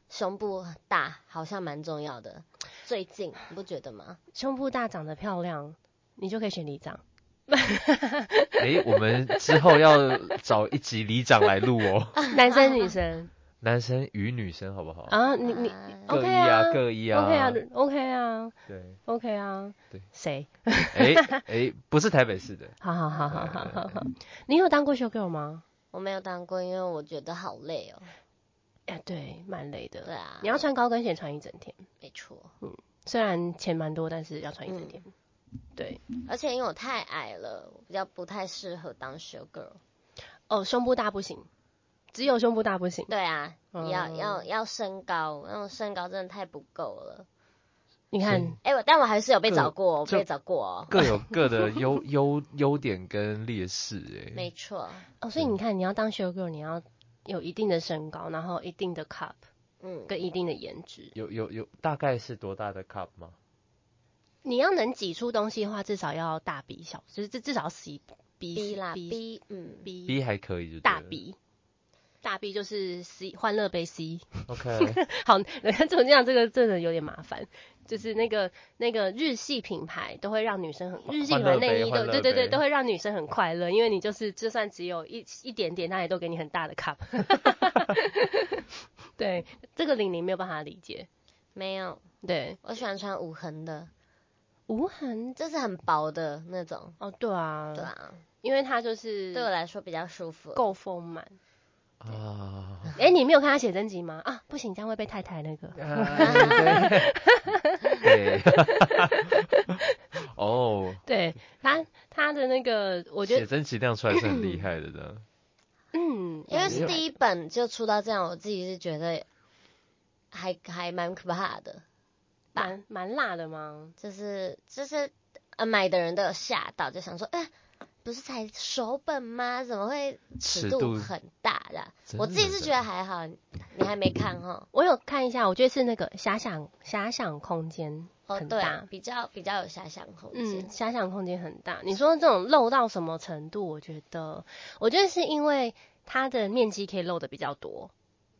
S1: 胸部大好像蛮重要的，最近你不觉得吗？
S2: 胸部大长得漂亮，你就可以选 里长。
S4: 诶，我们之后要找一集里长来录哦，
S2: 男生女生
S4: 男生与女生好不好？
S2: 啊，你你
S1: 啊
S4: 各一
S2: OK
S4: 啊，
S2: 啊
S4: 各一啊。
S2: OK 啊 OK 啊
S4: 对，
S2: OK 啊，
S4: 对，
S2: 谁？
S4: 诶诶，不是台北市的，
S2: 好好 好好好好好，你有当过修 girl 吗？
S1: 我没有当过，因为我觉得好累哦。
S2: 哎、对，蛮累的。
S1: 对啊，
S2: 你要穿高跟鞋穿一整天，
S1: 没错，
S2: 虽然钱蛮多，但是要穿一
S1: 嗯
S2: 整天。对，
S1: 而且因为我太矮了，我比较不太适合当 show girl。
S2: 哦，胸部大不行，只有胸部大不行。
S1: 对啊，
S2: 哦
S1: 要要要身高，那种身高真的太不够了。
S2: 你看，
S1: 哎、我但我还是有被找过哦，
S4: 就
S1: 被找过哦，
S4: 各有各的优优优点跟劣势 诶。
S1: 没错，
S2: 哦，所以你看，你要当修 girl，你要有一定的身高，然后一定的 cup
S1: 嗯，
S2: 跟一定的颜值。
S4: 有有有，大概是多大的 cup 吗？
S2: 你要能挤出东西的话，至少要大 B 小，就是至至少 C B
S1: B 啦
S2: B
S1: B，嗯
S2: B
S4: B 还可以就对
S2: 大
S4: 了
S2: B。大 B 就是 C 欢乐杯 C，
S4: OK，
S2: 好，怎么讲？这个真的有点麻烦。就是那个那个日系品牌都会让女生很日系品
S4: 欢
S2: 牌
S4: 乐杯
S2: 内衣
S4: 欢
S2: 都
S4: 乐
S2: 对对对
S4: 杯
S2: 都会让女生很快乐，因为你就是就算只有一一点点，它也都给你很大的 cup。对，这个玲玲没有办法理解。
S1: 没有，
S2: 对，
S1: 我喜欢穿无痕的，
S2: 无痕
S1: 就是很薄的那种，
S2: 哦，对啊，
S1: 对啊，
S2: 因为它就是
S1: 对我啊来说比较舒服。
S2: 够丰满。
S4: 啊，
S2: 哎、你没有看她写真集吗？啊，不行，这样会被太
S4: 啊
S2: 太那个。
S4: 哎对，对， 哦，
S2: 对他他的那个，我觉
S4: 写
S2: 得
S4: 真集亮出来是很厉害的呢。
S2: 嗯，
S1: 因为
S4: 没有
S1: 是第一本就出到这样，我自己是觉得还还蛮可怕的，
S2: 蛮蛮辣的吗？
S1: 就是就是呃买的人都有吓到，就想说，哎、不是才首本吗？怎么会尺
S4: 尺
S1: 度
S4: 度
S1: 嗯很大的啊？
S4: 真
S1: 我自己
S4: 的
S1: 是觉得还好，你还没看哈？
S2: 我有看一下，我觉得是那个遐想遐想空间
S1: 哦，
S2: 很
S1: 对
S2: 大，
S1: 啊，比较比较有遐想空
S2: 嗯，
S1: 间。
S2: 遐想空间很大。你说这种漏到什么程度？我觉得，我觉得是因为它的面积可以漏的比较多，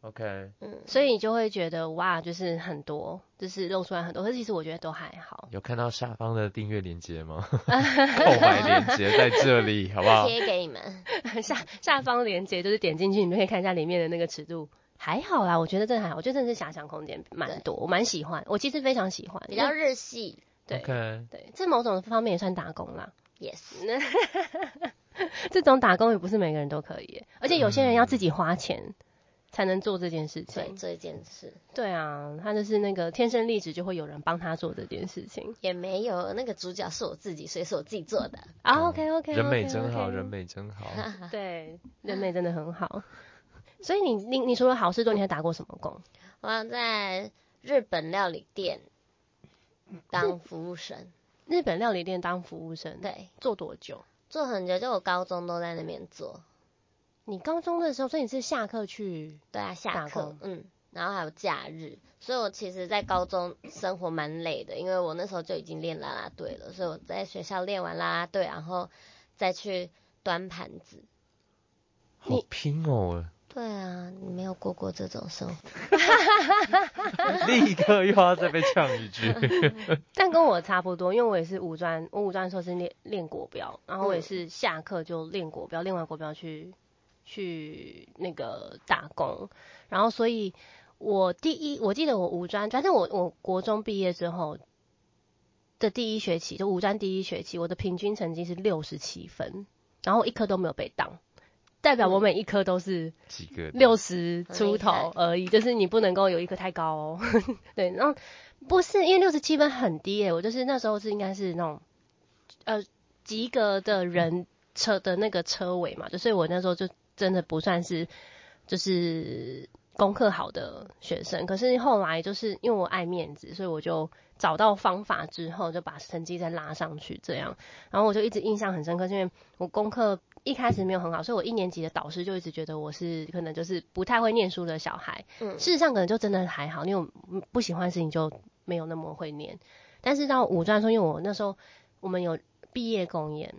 S4: OK，
S1: 嗯，
S2: 所以你就会觉得哇，就是很多，就是漏出来很多。可是其实我觉得都还好。
S4: 有看到下方的订阅链接吗？ 购买链接在 这里，好不好？
S1: 贴给你们，
S2: 下下方连接就是点进去，你就可以看一下里面的那个尺度。还好啦，我觉得真的还好，我觉得真的是遐想空间蛮多，我蛮喜欢，我其实非常喜欢。
S1: 比较
S2: 因为
S1: 日系
S2: 对
S4: OK，
S2: 对，这某种方面也算打工啦。
S1: ，yes，
S2: 嗯这种打工也不是每个人都可以耶，而且有些人要
S4: 嗯
S2: 自己花钱才能做这件事
S1: 对
S2: 情。
S1: 这件事
S2: 对啊，他就是那个天生丽质，就会有人帮他做这件事情。
S1: 也没有那个主角是我自己，所以是我自己做的。
S2: 啊，OK OK，
S4: 嗯人美真好，人美真好。
S2: 对，人美真的很好。所以你你你除了好事多，你还打过什么工？
S1: 我要在日本料理店当服务生，
S2: 日本料理店当服务生，，
S1: 对，
S2: 做多久？
S1: 做很久，就我高中都在那边做。
S2: 你高中的时候，所以你是下课去，
S1: 对啊，下
S2: 打
S1: 课
S2: 工，
S1: 嗯，然后还有假日，所以我其实，在高中生活蛮累的，因为我那时候就已经练啦啦队了，所以我在学校练完啦啦队，然后再去端盘子。
S4: 好拼哦！
S1: 对啊，你没有过过这种生活，
S4: 立刻又要再被呛 一句。
S2: 但跟我差不多，因为我也是五专，我五专的时候是练练国标，然后我也是下课就练国标，练完国标去去那个打工，然后所以我第一，我记得我五专，反正我我国中毕业之后的第一学期，就五专第一学期，我的平均成绩是六十七分，然后一科都没有被当。代表我每一科都是
S4: 几个
S2: 六十出
S1: 很
S2: 头
S1: 厉
S2: 而已，就是你不能够有一个太高哦。 对，然后不是因为六十七分很低耶、我就是那时候是应该是那种呃及格的人车的那个车尾嘛，就所以我那时候就真的不算是就是功课好的学生。可是后来就是因为我爱面子，所以我就找到方法之后，就把成绩再拉上去，这样。然后我就一直印象很深刻，是因为我功课一开始没有很好，所以我一年级的导师就一直觉得我是可能就是不太会念书的小孩。
S1: 嗯，
S2: 事实上可能就真的还好，因为我嗯不喜欢的事情就没有那么会念。但是到五专的时候，因为我那时候我们有毕业公演，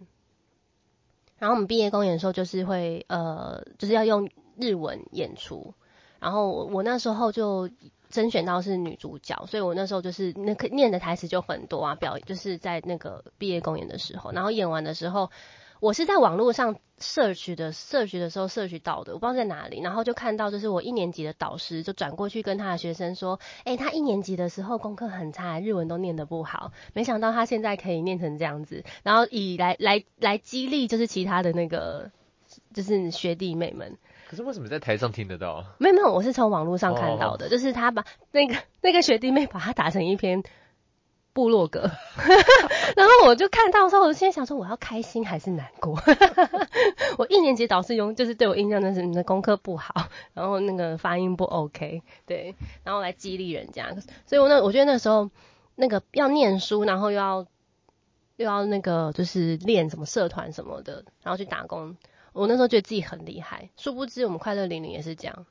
S2: 然后我们毕业公演的时候就是会呃，就是要用日文演出，然后我我那时候就。甄选到是女主角，所以我那时候就是那个念的台词就很多啊，表就是在那个毕业公演的时候，然后演完的时候，我是在网络上 search 的 search 的时候 search 到的，我不知道在哪里，然后就看到就是我一年级的导师就转过去跟他的学生说，哎、他一年级的时候功课很差，日文都念得不好，没想到他现在可以念成这样子，然后以来来来激励就是其他的那个就是学弟妹们，
S4: 可是为什么在台上听得到？
S2: 没有没有，我是从网络上看到的，就是他把那个 那个学弟妹把它打成一篇部落格， 然后我就看到的时候，我现在想说我要开心还是难过？ 我一年级导师用就是对我印象就是你的功课不好，然后那个发音不 OK，对，然后来激励人家，所以我那我觉得那时候那个要念书，然后又要又要那个就是练什么社团什么的，然后去打工。我那时候觉得自己很厉害，殊不知我们快乐零零也是这样。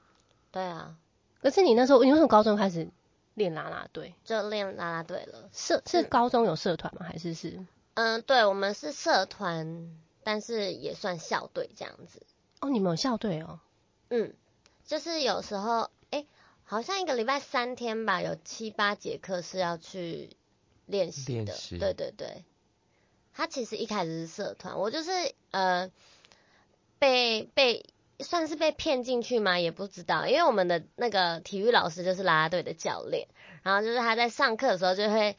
S1: 对啊，
S2: 可是你那时候，你为什么高中开始练啦啦队？
S1: 就练啦啦队了。
S2: 社是高中有社团吗？还是是？
S1: 嗯，对，我们是社团，但是也算校队这样子。
S2: 哦，你们有校队哦。
S1: 嗯，就是有时候，哎、好像一个礼拜三天吧，有七八节课是要去练习的
S4: 练。习
S1: 对对对，他其实一开始是社团，我就是呃被被算是被骗进去吗？也不知道，因为我们的那个体育老师就是啦啦队的教练，然后就是他在上课的时候就会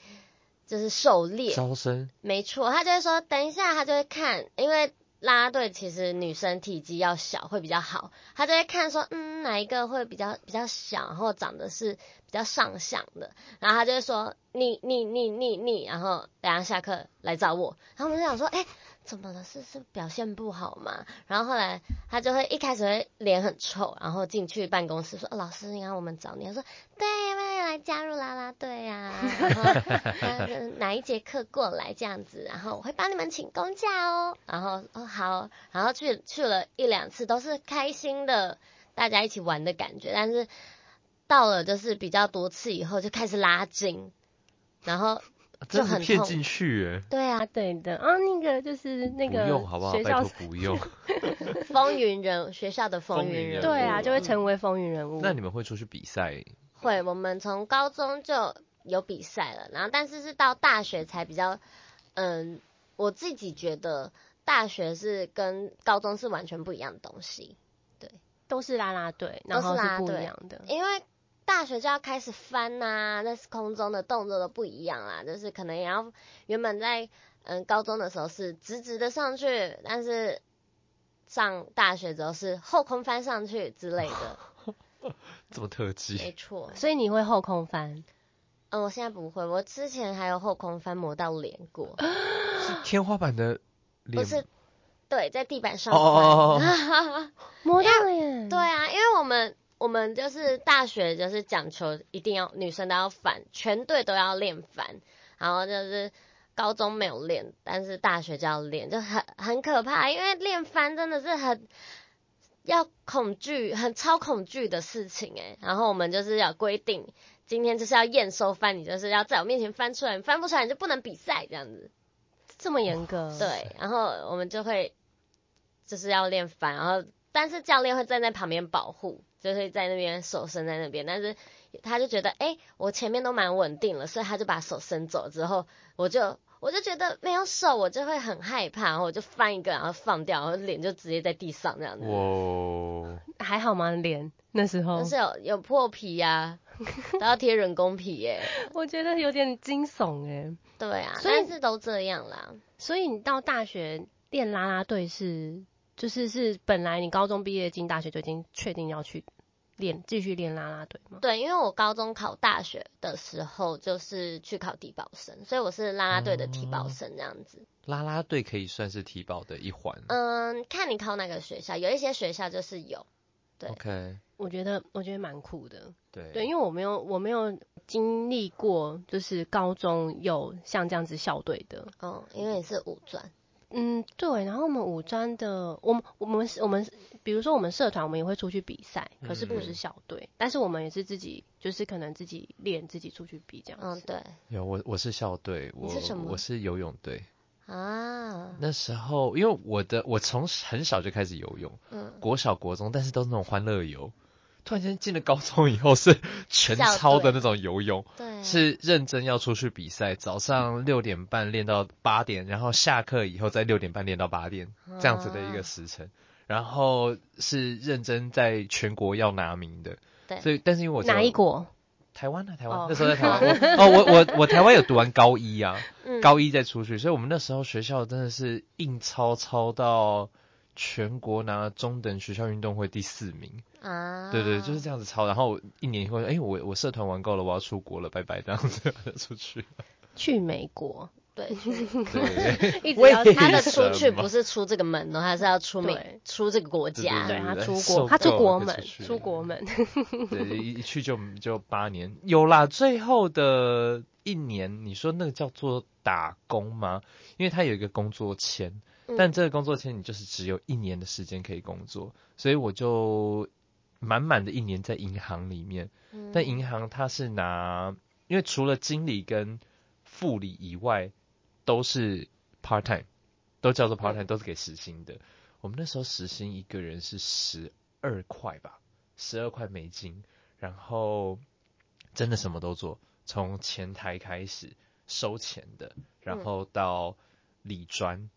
S1: 就是狩猎，
S4: 招生
S1: 没错，他就会说等一下，他就会看，因为啦啦队其实女生体积要小会比较好，他就会看说，嗯，哪一个会比较比较小，然后长得是比较上相的，然后他就会说你你你你你，然后等下下课来找我，然后我们就想说，哎、怎么了？是是表现不好吗？然后后来他就会一开始会脸很臭，然后进去办公室说：“哦、老师，你看我们找你。”他说：“对，妹来加入啦啦队啊，然后、呃、哪一节课过来这样子，然后我会帮你们请公假哦。”然后哦好，然后去去了一两次都是开心的，大家一起玩的感觉。但是到了就是比较多次以后就开始拉筋，然后就
S4: 真的
S1: 很
S4: 是骗
S1: 痛
S4: 进去耶，
S1: 对啊，
S2: 对的啊，那个就是那
S4: 不
S2: 个
S4: 用好不好？
S2: 学
S4: 拜
S2: 校
S4: 托 不用。
S1: 风云人学校的风
S3: 风
S1: 云
S3: 云
S1: 人
S3: 人
S1: 物，
S3: 物
S2: 对啊，就会
S1: 嗯
S2: 成为风云人物。
S4: 那你们会出去比赛？
S1: 会，我们从高中就有比赛了，然后但是是到大学才比较，嗯，我自己觉得大学是跟高中是完全不一样的东西，
S2: 都是啦啦队，然后
S1: 都是啦啦
S2: 不
S1: 队
S2: 一样
S4: 嗯
S2: 的。
S1: 因为大学就要开始翻呐、那是空中的动作都不一样啦，就是可能也要原本在嗯高中的时候是直直的上去，但是上大学之后是后空翻上去之类 的，
S4: 这么特技，
S1: 没错。
S2: 所以你会后空翻，
S1: 嗯，我现在不会，我之前还有后空翻磨到脸 过。
S4: 是天花板的
S1: 不
S4: 脸
S1: 是，对，在地板上
S4: 哦
S1: 翻。
S4: 哦哦哦，
S2: 摸到脸。
S1: 对啊，因为我们我们就是大学就是讲求一定要女生都要反，全队都要练反，然后就是。高中没有练，但是大学就要练，就很很可怕，因为练翻真的是很要恐惧，很超恐惧的事情哎、然后我们就是要规定，今天就是要验收翻，你就是要在我面前翻出来，你翻不出来你就不能比赛这样子。
S2: 这么严格。
S1: 对，然后我们就会就是要练反，然后但是教练会站在旁边保护，就是在那边手伸在那边，但是他就觉得，哎、我前面都蛮稳定了，所以他就把手伸走之后，我就我就觉得没有手，我就会很害怕，然后我就翻一个，然后放掉，然后脸就直接在地上这样子。
S4: 哇哦，
S2: 还好吗？脸那时候
S1: 但，是有有破皮呀、都要贴人工皮耶、
S2: 我觉得有点惊悚哎。
S1: 对啊，
S2: 所以
S1: 但是都这样啦。
S2: 所以你到大学练啦啦队是，就是是本来你高中毕业进大学就已经确定要去练，继续练啦啦队吗？
S1: 对，因为我高中考大学的时候就是去考体保生，所以我是啦啦队的体
S4: 哦
S1: 保生这样子。
S4: 啦啦队可以算是体保的一环。
S1: 嗯，看你考哪个学校，有一些学校就是有。对
S4: OK，
S2: 我觉得我觉得蛮酷的。
S4: 对
S2: 对，因为我没有我没有经历过，就是高中有像这样子校队的。
S1: 哦，因为你是五专，
S2: 嗯，对。然后我们五专的，我们我们是我们是，比如说我们社团，我们也会出去比赛，可是不是
S4: 嗯
S2: 校队，但是我们也是自己，就是可能自己练，自己出去比这样
S1: 嗯，
S2: 子。
S1: 对
S4: 有我我是校队，
S1: 你
S4: 我
S1: 是什么
S4: 我是游泳队。
S1: 啊，
S4: 那时候因为我的我从很小就开始游泳，
S1: 嗯，
S4: 国小国中，但是都是那种欢乐游。突然间进了高中以后是全操的那种游泳，
S2: 嗯
S1: 对，，
S4: 是认真要出去比赛，早上六点半练到八点，然后下课以后再六点半练到八点，
S2: 啊
S1: 啊
S4: 这样子的一个时辰。然后是认真在全国要拿名的，
S1: 对
S4: 所以但是因为我只有
S2: 哪一国？
S4: 台湾啊，台湾、
S2: 哦
S4: 那时候在台湾，我 哦，我我我台湾有读完高一啊，
S1: 嗯
S4: 高一再出去，所以我们那时候学校真的是硬超超到全国拿中等学校运动会第四名，
S1: 啊，
S4: 对对，就是这样子超。然后一年以后，哎、我我社团玩够了，我要出国了，拜拜，这样子 就出 去。
S2: 去美 国，
S1: 对，就是
S4: 对，
S2: 一直要
S4: 为
S1: 他 的
S4: 为什
S1: 出
S4: 么
S1: 去不是出这个门哦，他是要出
S2: 对
S1: 名出这个国家，
S2: 对他
S4: 对
S2: 出
S4: 受
S2: 国，他出
S4: 够了
S2: 国
S4: 就
S2: 门
S4: 出，去
S2: 出国门。
S4: 对，一一去就就八年，有啦。最后的一年，你说那个叫做打工吗？因为他有一个工作签，
S1: 嗯
S4: 但这个工作签你就是只有一年的时间可以工作，所以我就满满的一年在银行里面。
S1: 嗯
S4: 但银行它是拿，因为除了经理跟副理以外，都是 part time，都叫做 part time，、都是给时薪的。我们那时候时薪一个人是十二块吧，十二块美金，然后真的什么都做，从前台开始收钱的，然
S1: 嗯
S4: 后到理专，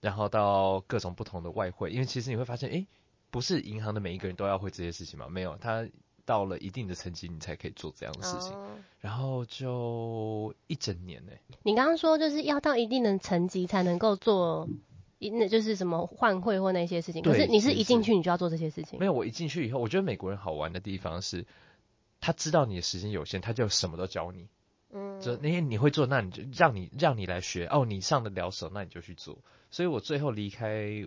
S4: 然后到各种不同的外汇，因为其实你会发现，诶，不是银行的每一个人都要会这些事情嘛，没有，他到了一定的成绩，你才可以做这样的事情。
S1: 哦
S4: 然后就一整年呢、欸
S2: 你刚刚说就是要到一定的层级才能够做一那就是什么换汇或那些事情。可
S4: 对
S2: 是你是
S4: 其
S2: 一进
S4: 实
S2: 去你就要做这些事情
S4: 没。有，我一进去以后，我觉得美国人好玩的地方是，他知道你的时间有限，他就什么都教你。
S1: 嗯，
S4: 就那些你会做，那你就让你让你来学哦，你上得了手，那你就去做。所以我最后离开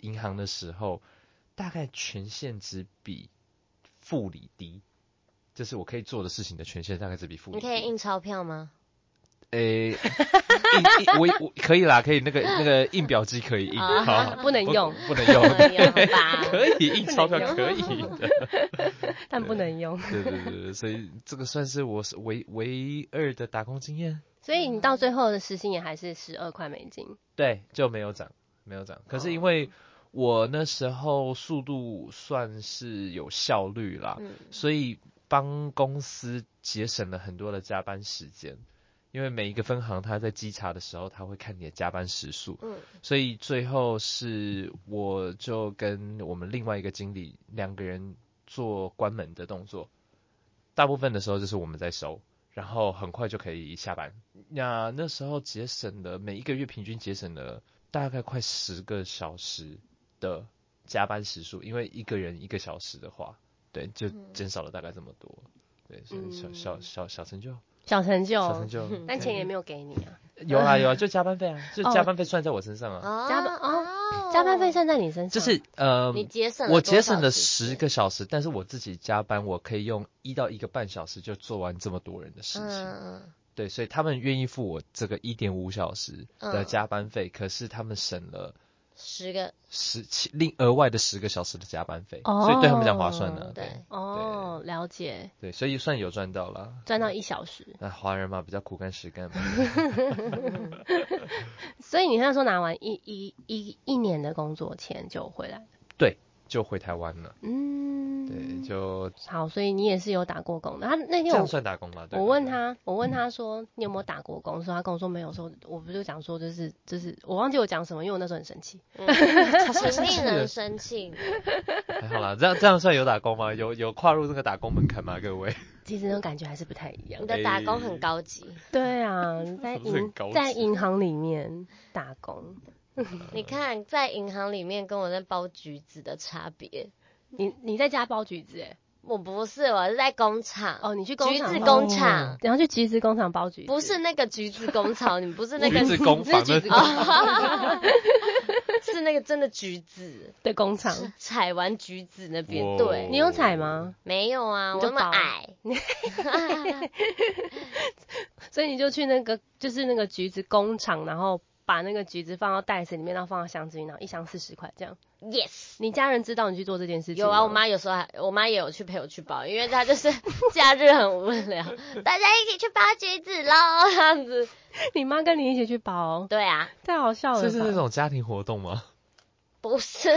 S4: 银行的时候，大概权限只比副理低，就是我可以做的事情的权限大概只比副理
S1: 你
S4: 低。
S1: 可以印钞票吗？
S4: 诶、印印我我可以啦，可以那个那个印表机可以印，
S1: 啊
S4: 好
S2: 不能用
S4: 不能用，
S1: 可以用吧？
S4: 可以印钞 票
S2: 用
S4: 可以的。
S2: 但不能用。
S4: 对对对对，所以这个算是我是唯唯二的打工经验。
S2: 所以你到最后的时薪也还是十二块美金。
S4: 对，就没有涨，没有涨。可是因为我那时候速度算是有效率啦，
S1: 嗯
S4: 所以帮公司节省了很多的加班时间。因为每一个分行，他在稽查的时候，他会看你的加班时数，
S1: 嗯
S4: 所以最后是我就跟我们另外一个经理两个人做关门的动作，大部分的时候就是我们在收，然后很快就可以下班。那那时候节省了每一个月平均节省了大概快十个小时的加班时数，因为一个人一个小时的话，对，就
S1: 嗯
S4: 减少了大概这么多。对，所以小小小小成就，
S2: 小成就，
S1: 哦
S4: 小成就，
S2: 但钱也
S4: 对
S2: 没有给你啊，
S4: 有啊有啊，就加班费啊，就
S2: 哦
S4: 加班费算在我身上啊，
S1: 哦
S2: 加班
S1: 哦
S2: 加班费算在你身上。
S4: 就是呃，
S1: 你节省了
S4: 我
S1: 多
S4: 节省
S1: 少
S4: 了
S1: 时
S4: 十
S1: 间
S4: 个小时，但是我自己加班，我可以用一到一个半小时就做完这么多人的事情。
S1: 嗯嗯
S4: 对，所以他们愿意付我这个一点五小时的
S1: 嗯
S4: 加班费，可是他们省了
S1: 十个
S4: 十七另额外的十个小时的加班费，所以对他们讲划算
S2: 哦
S4: 呢、嗯啊对
S1: 对
S2: 哦，了解，
S4: 对，所以算有赚到啦。
S2: 赚到一小时。
S4: 那华人嘛，比较苦干实 干嘛。
S2: 所以你那时候拿完一一一一年的工作钱就回来了。
S4: 就回台湾了，
S2: 嗯，
S4: 对，就
S2: 好，所以你也是有打过工的。他那
S4: 这
S2: 天
S4: 样
S2: 我
S4: 算打工吧。对吧
S2: 我问，他，我问他说你有没有打过工？所以他跟我说没有，说我不就讲说就是就是我忘记我讲什么，因为我那时候很生气。
S1: 挺令人嗯生气的。
S4: 还好啦，这样这样算有打工吗？有有跨入这个打工门槛吗？各位，
S2: 其实那种感觉还是不太一样
S1: 你。的打工很高级，
S2: 对 啊，你在
S3: 是不是很
S2: 银
S3: 高级
S2: 在银行里面打工，
S1: 你看在银行里面跟我在包橘子的差别，
S2: 你你在家包橘子哎、
S1: 我不是，我是在工厂，
S2: 哦，你去工
S1: 橘
S2: 厂
S1: 子
S2: 包
S1: 工厂，
S2: 然后去橘子工厂包橘子，
S1: 不是那个橘子工厂，你不是那
S4: 橘
S1: 个
S4: 子工坊
S2: 橘子
S4: 的
S2: 工哦
S1: 是那个真的橘 子，
S2: 的工厂，
S1: 是采完橘子那边，
S3: 哇
S1: 对，
S2: 你有采吗？
S1: 没有啊，
S2: 你
S1: 我
S2: 就
S1: 那么
S2: 包
S1: 矮，
S2: 所以你就去那个就是那个橘子工厂，然后把那个橘子放到袋子里面，然后放到箱子里，然后一箱四十块这样。
S1: yes。
S2: 你家人知道你去做这件事情
S1: 有啊，
S2: 吗
S1: 我妈有时候还，我妈也有去陪我去包，因为她就是 假日很无 聊，大家一起去包橘子喽， 这样子。
S2: 你妈跟你一起去包，
S1: 对啊，
S2: 太好笑了吧。
S4: 这是那种家庭活动 吗？
S1: 不 是，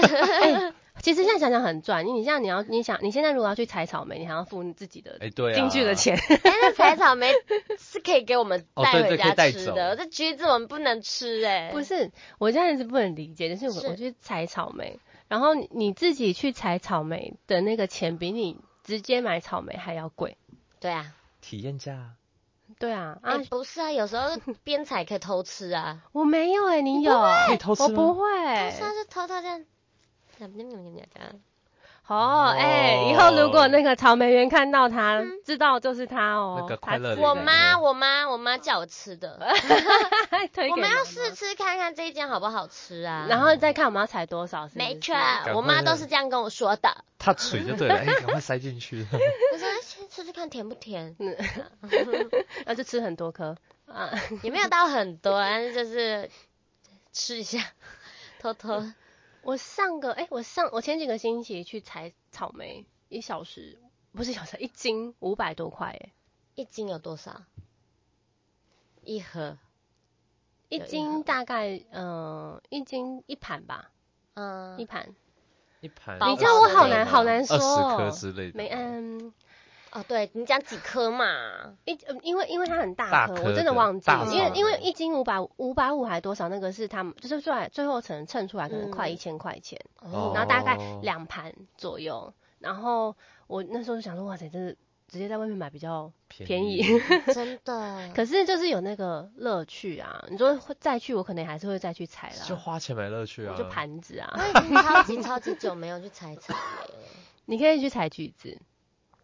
S2: 其实现在想想很赚，因为你像你要你想你现在如果要去采草莓，你还要付你自己的
S4: 哎、对啊，
S2: 进去的钱，
S1: 但是采草莓是可以给我们
S4: 哦
S1: 带
S4: 对
S1: 回
S4: 对可以
S1: 家
S4: 带
S1: 吃
S4: 走
S1: 的，这橘子我们不能吃哎、
S2: 不是，我家人是不能理解，就是
S1: 是
S2: 我我去采草莓，然后你你自己去采草莓的那个钱比你直接买草莓还要贵。
S1: 对啊，
S4: 体验价。
S2: 对啊，啊，
S1: 哎、不是啊，有时 候边采可以偷吃啊，
S2: 我没有哎、你有？
S4: 可以偷吃
S2: 我
S4: 吗
S2: 不会。
S4: 哎
S1: 但是啊就偷偷这样。
S2: 哦，哎、
S4: 哦
S2: 以后如果那个草莓园看到他，知道就是他哦。
S4: 那个快乐
S1: 嗯
S4: 的
S1: 我妈，我妈，我妈叫我吃 的，
S2: 他还推给
S1: 我们要
S2: 妈妈
S1: 试，吃看看这一间好不好吃啊。
S2: 然后再看我们要采多少是不是
S1: 没错，
S4: 快
S1: 我妈
S4: 那
S1: 都是这样跟我说的。
S4: 他锤就对了，哎、赶快塞进 去。
S1: 我说哎先吃吃看甜不甜，
S2: 嗯那就吃很多颗啊。
S1: 也没有到很多， 但是就是吃一下，偷偷。
S2: 我上个哎、我上我前几个星期去采草莓，一小时不是一小时，一斤五百多块哎、
S1: 一斤有多少？一盒，
S2: 一
S1: 有一
S2: 斤
S1: 盒
S2: 大概呃一斤一盘吧，
S1: 嗯，
S2: 一盘。
S4: 一盘，
S1: 包
S2: 你这样我好难
S1: 包
S2: 好难说
S4: 二十颗
S2: 哦。
S4: 之类的，
S2: 没嗯，
S1: 哦，对你讲几颗 嘛？
S2: 一呃因为因为它很大
S4: 大
S2: 颗，
S4: 颗
S2: 我真的
S4: 的
S2: 忘记
S4: 大
S2: 了，因为
S1: 草
S2: 因为
S4: 莓
S2: 一斤五百五百五还多少，那个是他们就是最后最后可能称出来可能快
S1: 嗯
S2: 一千块钱，
S1: 哦
S4: 哦
S2: 然后大概两盘左右，然后我那时候就想说哇塞，真的直接在外面买比较
S4: 便
S2: 宜。
S1: 真的。
S2: 可是就是有那个乐趣啊！你说会再去，我可能还是会再去采啦，
S4: 就花钱买乐趣啊
S2: 我。就盘子啊，
S1: 我已经超级超级久没有去采草莓了，
S2: 你可以去采橘子，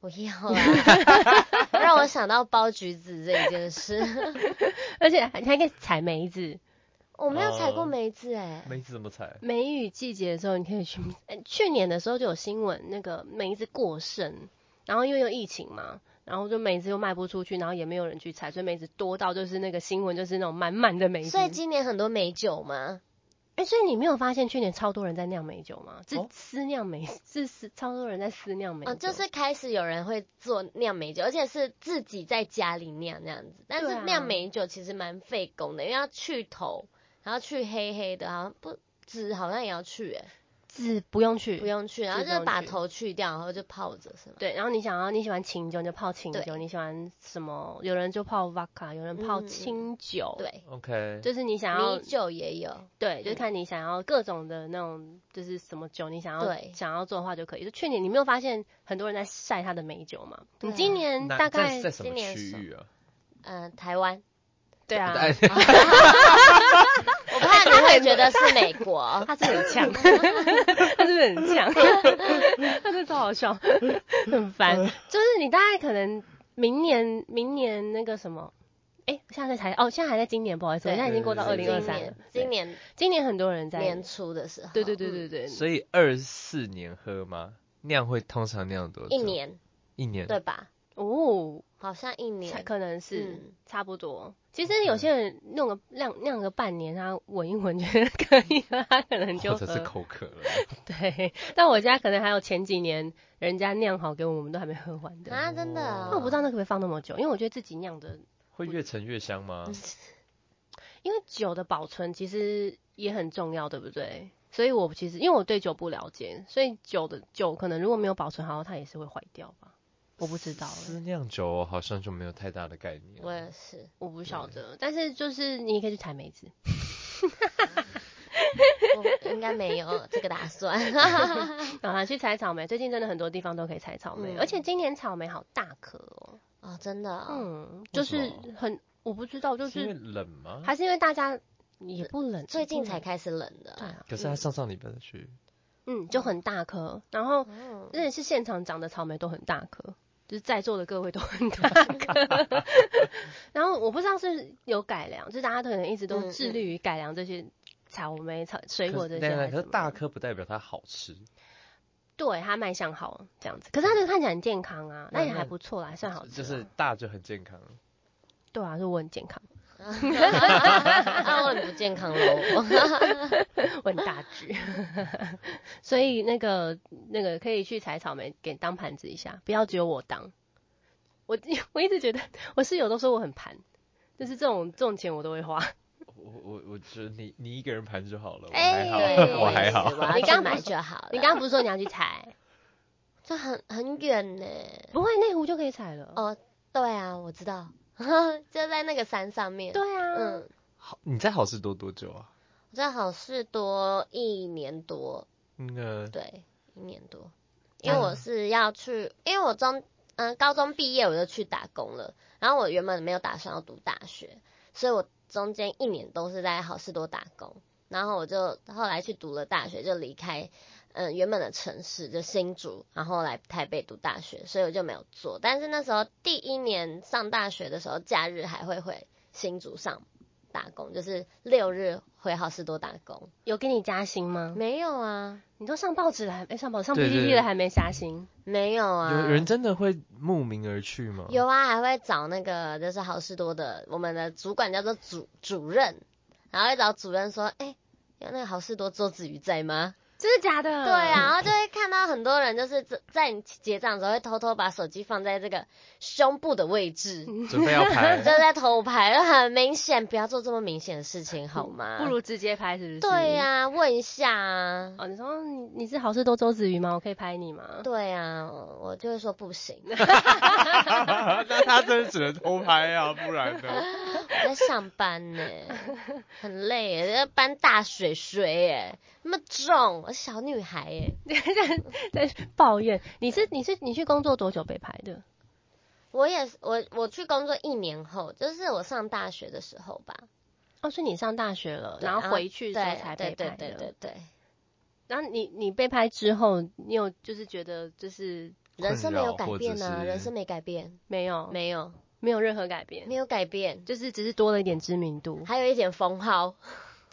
S1: 我要啦， 让我想到剥橘子这一件事。
S2: 而且还你还可以采梅子。
S1: 我没有采过梅子哎、
S4: 梅子怎么采？
S2: 梅雨季节的时候，你可以去。呃去年的时候就有新闻，那个梅子过剩，然后因为有疫情嘛，然后就梅子又卖不出去，然后也没有人去采，所以梅子多到就是那个新闻就是那种满满的梅子。
S1: 所以今年很多美酒吗？
S2: 哎、所以你没有发现去年超多人在酿美酒吗？是
S4: 哦
S2: 私酿美，是私超多人在私酿美酒、
S1: 哦，就是开始有人会做酿美酒，而且是自己在家里酿那样子。但
S2: 对
S1: 是
S2: 啊
S1: 酿美酒其实蛮费工的，因为要去头，然后去黑黑的，好像不籽好像也要去、欸，
S2: 籽不用去，
S1: 不用去，然后就
S2: 籽不
S1: 是
S2: 用
S1: 把
S2: 去
S1: 头去掉，然后就泡着是吗？
S2: 对，然后你想要你喜欢清酒，你就泡清
S1: 对
S2: 酒；你喜欢什么，有人就泡 vodka，有人泡
S1: 嗯嗯
S2: 清酒，，
S1: 对，
S4: OK，
S2: 就是你想要
S1: 米酒也有，
S2: 对，就是
S1: 嗯
S2: 看你想要各种的那种，就是什么酒你想要
S1: 对
S2: 想要做的话就可以。就去年你没有发现很多人在晒他的美酒嘛？
S1: 对
S2: 你
S1: 啊
S2: 今年
S4: 那
S2: 大
S4: 在
S2: 概
S4: 在什么
S1: 今年
S4: 区
S1: 是
S4: 域啊？
S1: 嗯、台 湾。
S2: 对啊，
S4: 哎，
S1: 我怕你会觉得是美国，
S2: 他真的很 呛，他真的很呛，他真的超好笑，很烦。
S4: 嗯
S2: 就是你大概可能明年，明年那个什么，哎、现在才哦，现在还在今年，不好意思，我
S1: 对
S2: 现在已经过到二零
S4: 对对
S2: 二
S1: 今
S2: 三了
S1: 年。今年
S2: 今年很多人在，
S1: 年初的时候，
S2: 对对对对
S1: 嗯，
S2: 对，
S4: 所以二四年喝吗？酿会通常酿多久？
S1: 一，年
S4: 一年。
S1: 对吧？
S2: 哦，
S1: 好像一
S2: 才
S1: 年，
S2: 可能是
S1: 嗯
S2: 差不多。其实有些人弄个酿酿个半年，他闻一闻觉得可以了，他可能就
S4: 或者是
S2: 喝。
S4: 口 渴了，
S2: 对，但我家可能还有前几年人家酿好给我们，我们都还没喝完的。
S1: 啊，真的
S4: 哦
S1: 哦，
S2: 那我不知道那可不可以放那么久，因为我觉得自己酿的，
S4: 会越陈越香
S2: 嗯
S4: 吗？
S2: 因为酒的保存其实也很重要，对不对？所以我其实因为我对酒不了解，所以酒的酒可能如果没有保存好，它也是会坏掉吧？我不知道欸，
S4: 私酿酒我好像就没有太大的概念。
S1: 我也是，
S2: 我不晓得。但是就是你也可以去采梅子，
S1: 我应该没有这个打算。
S2: 然后去采草莓。最近真的很多地方都可以采草莓，
S1: 嗯
S2: 而且今年草莓好大颗哦。
S1: 哦，真的、哦，
S2: 嗯，就是
S4: 为什
S2: 很我不知道，就是
S4: 因为
S2: 是
S4: 冷吗？
S2: 还是因为大家也不冷，
S1: 最近
S2: 不
S1: 才
S2: 冷
S1: 开始冷的
S2: 嗯对
S1: 啊。
S2: 啊，
S4: 可是他上上礼拜才去，
S2: 嗯，就很大颗，然后
S1: 嗯
S2: 而且是现场长的草莓都很大颗，就是在座的各位都很大 颗。然后我不知道是有改良，就是大家可能一直都
S1: 嗯
S2: 致力于改良这些草莓、草水果
S4: 可
S2: 这
S4: 是
S2: 些还是
S4: 对可
S2: 什
S4: 是
S2: 么。
S4: 大颗不代表它好吃，
S2: 对它卖相好这样子，可是它这个看起来很健康啊，
S4: 那
S2: 那也
S4: 那
S2: 还不错啦，还算好吃啊。
S4: 就是大就很健康。
S2: 对啊，就我很健 康，
S1: 哦 啊，我很不健康喽。
S2: 我很大只， 所以那个那个可以去采草莓给当盘子一下，不要只有我当。我 我一直觉得我室友都说我很盘，就是这种这种钱我都会 花。
S4: 我我我觉得你你一个人盘就好了，我
S1: 哎
S4: 还好，
S1: 对
S4: 我还好。
S1: 我要
S2: 你
S1: 去
S2: 刚
S1: 买
S2: 不
S1: 就好了。
S2: 你刚刚不是说你要去采？
S1: 就很很远呢。
S2: 不会，内湖就可以采了。
S1: 哦对啊，我知道， 就在那个山上面。
S2: 对啊，
S1: 嗯，
S4: 好你在好事多多久啊？
S1: 我在好事多一年多，
S4: 那
S1: 对，一年多，因为我是要去，因为我中嗯、高中毕业我就去打工了，然后我原本没有打算要读大学，所以我中间一年都是在好事多打工，然后我就后来去读了大学，就离开嗯原本的城市，就新竹，然后来台北读大学，所以我就没有做。但是那时候第一年上大学的时候，假日还会回新竹上打工，就是六日回好事多打工。
S2: 有给你加薪吗？
S1: 没有啊，
S2: 你都上报纸了还，哎、上报上
S4: 对对
S2: PPT
S4: 对
S2: 了还没加薪？
S1: 没有啊，
S4: 有人真的会慕名而去吗？
S1: 有啊，还会找那个就是好事多的，我们的主管叫做主主任，然后会找主任说，哎、有那个好事多周子瑜在吗？
S2: 真的假的？
S1: 对啊，，然后就会看到很多人就是在在你结账的时候会偷偷把手机放在这个胸部的位置，
S2: 嗯
S4: 准备要
S1: 就
S4: 盘，
S1: 在偷拍，就很明显，不要做这么明显的事情好吗？
S2: 不如直接拍是不是？
S1: 对、呀、问一下啊。
S2: 哦，你说你你是好事多周子瑜吗？我可以拍 你吗？
S1: 对啊，我就会说不行，我
S3: 那他真的只能偷拍啊，不然呢？
S1: 在上班呢，很累耶，要搬大水水耶，那么重，我小女孩耶，
S2: 在抱怨你是你是你去工作多久被拍的？
S1: 我也是，我我去工作一年后，就是我上大学的时候吧，
S2: 哦，是你上大学了，
S1: 对
S2: 然后回去
S1: 对
S2: 之后才
S1: 对
S2: 被
S1: 对
S2: 拍
S1: 对对
S2: 的。
S1: 对，
S2: 然后你你被拍之后，你有就是觉得就是
S1: 人生没有
S4: 困扰
S1: 改
S4: 或者
S1: 变啊，
S4: 是
S1: 人生没改变，
S2: 没有没
S1: 没有
S2: 没有任何改变，
S1: 没有改变，
S2: 就是只是多了一点知名度。
S1: 还有一点封 号，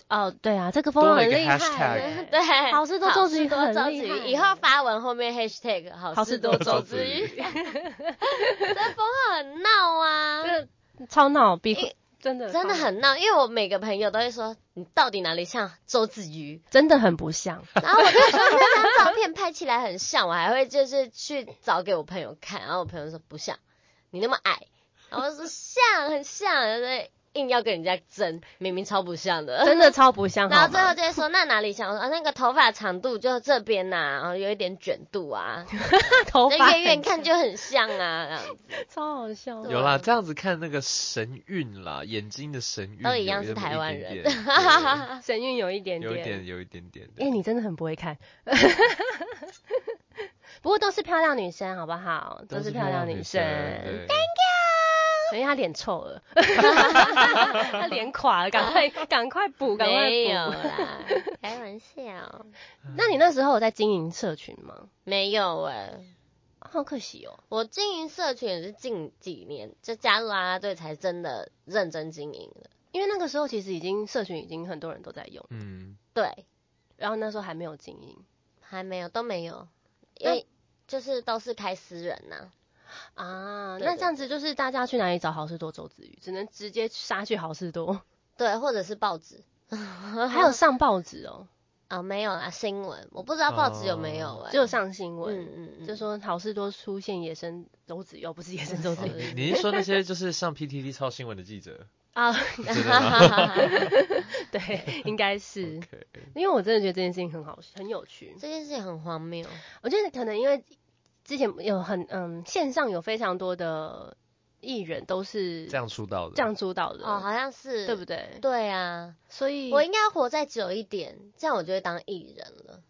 S2: 哦，对啊，这个风
S4: 多
S2: 浪
S4: 了
S2: 很
S4: 一个
S2: 厉害
S4: hashtag
S2: 耶。
S1: 对，
S2: 好事多周子瑜
S1: 好事
S2: 很
S1: 多周
S2: 厉
S1: 子瑜
S2: 害
S1: 以后发文后面 hashtag 好
S2: 好
S1: 事
S2: 事
S1: 多
S2: 多
S1: 周
S4: 周
S1: 子
S4: 子
S1: 瑜
S4: 瑜，
S1: 这封号很闹啊，
S2: 这 超闹，比
S1: 因
S2: 真 的
S1: 真的
S2: 超
S1: 很闹，因为我每个朋友都会说你到底哪里像周子瑜，
S2: 真的很 不 像。
S1: 然后我就说那张照片拍起来很像，我还会就是去找给我朋友看，然后我朋友说不像，你那么矮，然后我说像很像，就是硬要跟人家争，明明超不像的，
S2: 真的超不 像，
S1: 然
S2: 好
S1: 后最后
S2: 吗？
S1: 就会说那哪里像？我说、啊、那个头发长度就这边呐、然后有一点卷度啊，
S2: 头
S1: 就
S2: 发
S1: 远远
S2: 很
S1: 看就很像啊，这样 子
S2: 超好笑
S1: 对。
S4: 有啦，这样子看那个神韵啦，眼睛的神韵
S1: 都一样
S4: 有
S1: 是
S4: 那么
S1: 台
S4: 一
S1: 湾
S4: 点
S1: 人
S4: 点对
S1: 啊
S2: 神韵有一 点
S4: 有一点，有一点点的。
S2: 哎、你真的很不会看。不过都是漂亮女生，好不好？都是漂亮女生，
S4: 对
S2: 所以她脸臭了，她脸垮了，赶快赶快补，赶快
S1: 没有
S2: 补。
S1: 啦，开玩笑，
S2: 那你那时候有在经营社群吗？
S1: 没有哎、
S2: 好可惜哦，
S1: 我经营社群也是近几年就加入啦啦队才真的认真经营的，
S2: 因为那个时候其实已经社群已经很多人都在用，
S4: 嗯，
S1: 对，
S2: 然后那时候还没有经营
S1: 还没有都没有，因为就是都是开私人呐、
S2: 啊。
S1: 对
S2: 那
S1: 对
S2: 这样子就是大家去哪里找好事多周子瑜，只能直接杀去好事多，
S1: 对，或者是报纸
S2: 还有上报纸哦，
S1: 啊、没有啦，新闻我不知道报纸有没有哎、
S2: 只有上新闻。
S1: 嗯嗯 嗯，
S2: 就说好事多出现野生周子瑜，哦不是野生周子
S4: 哦
S2: 瑜
S4: 你 你是说那些就是上 PTT 抄新闻的记者？
S2: 啊，
S4: 真的吗
S2: 对，应该是，
S4: OK
S2: 因为我真的觉得这件事情很好，很有趣。
S1: 这件事情很荒 谬，
S2: 我觉得可能因为之前有很嗯，线上有非常多的艺人都是
S4: 这样出道的，
S2: 这样出道的，
S1: 哦，好像是
S2: 对不对？
S1: 对啊，
S2: 所以
S1: 我应该要活再久一点，这样我就会当艺人了。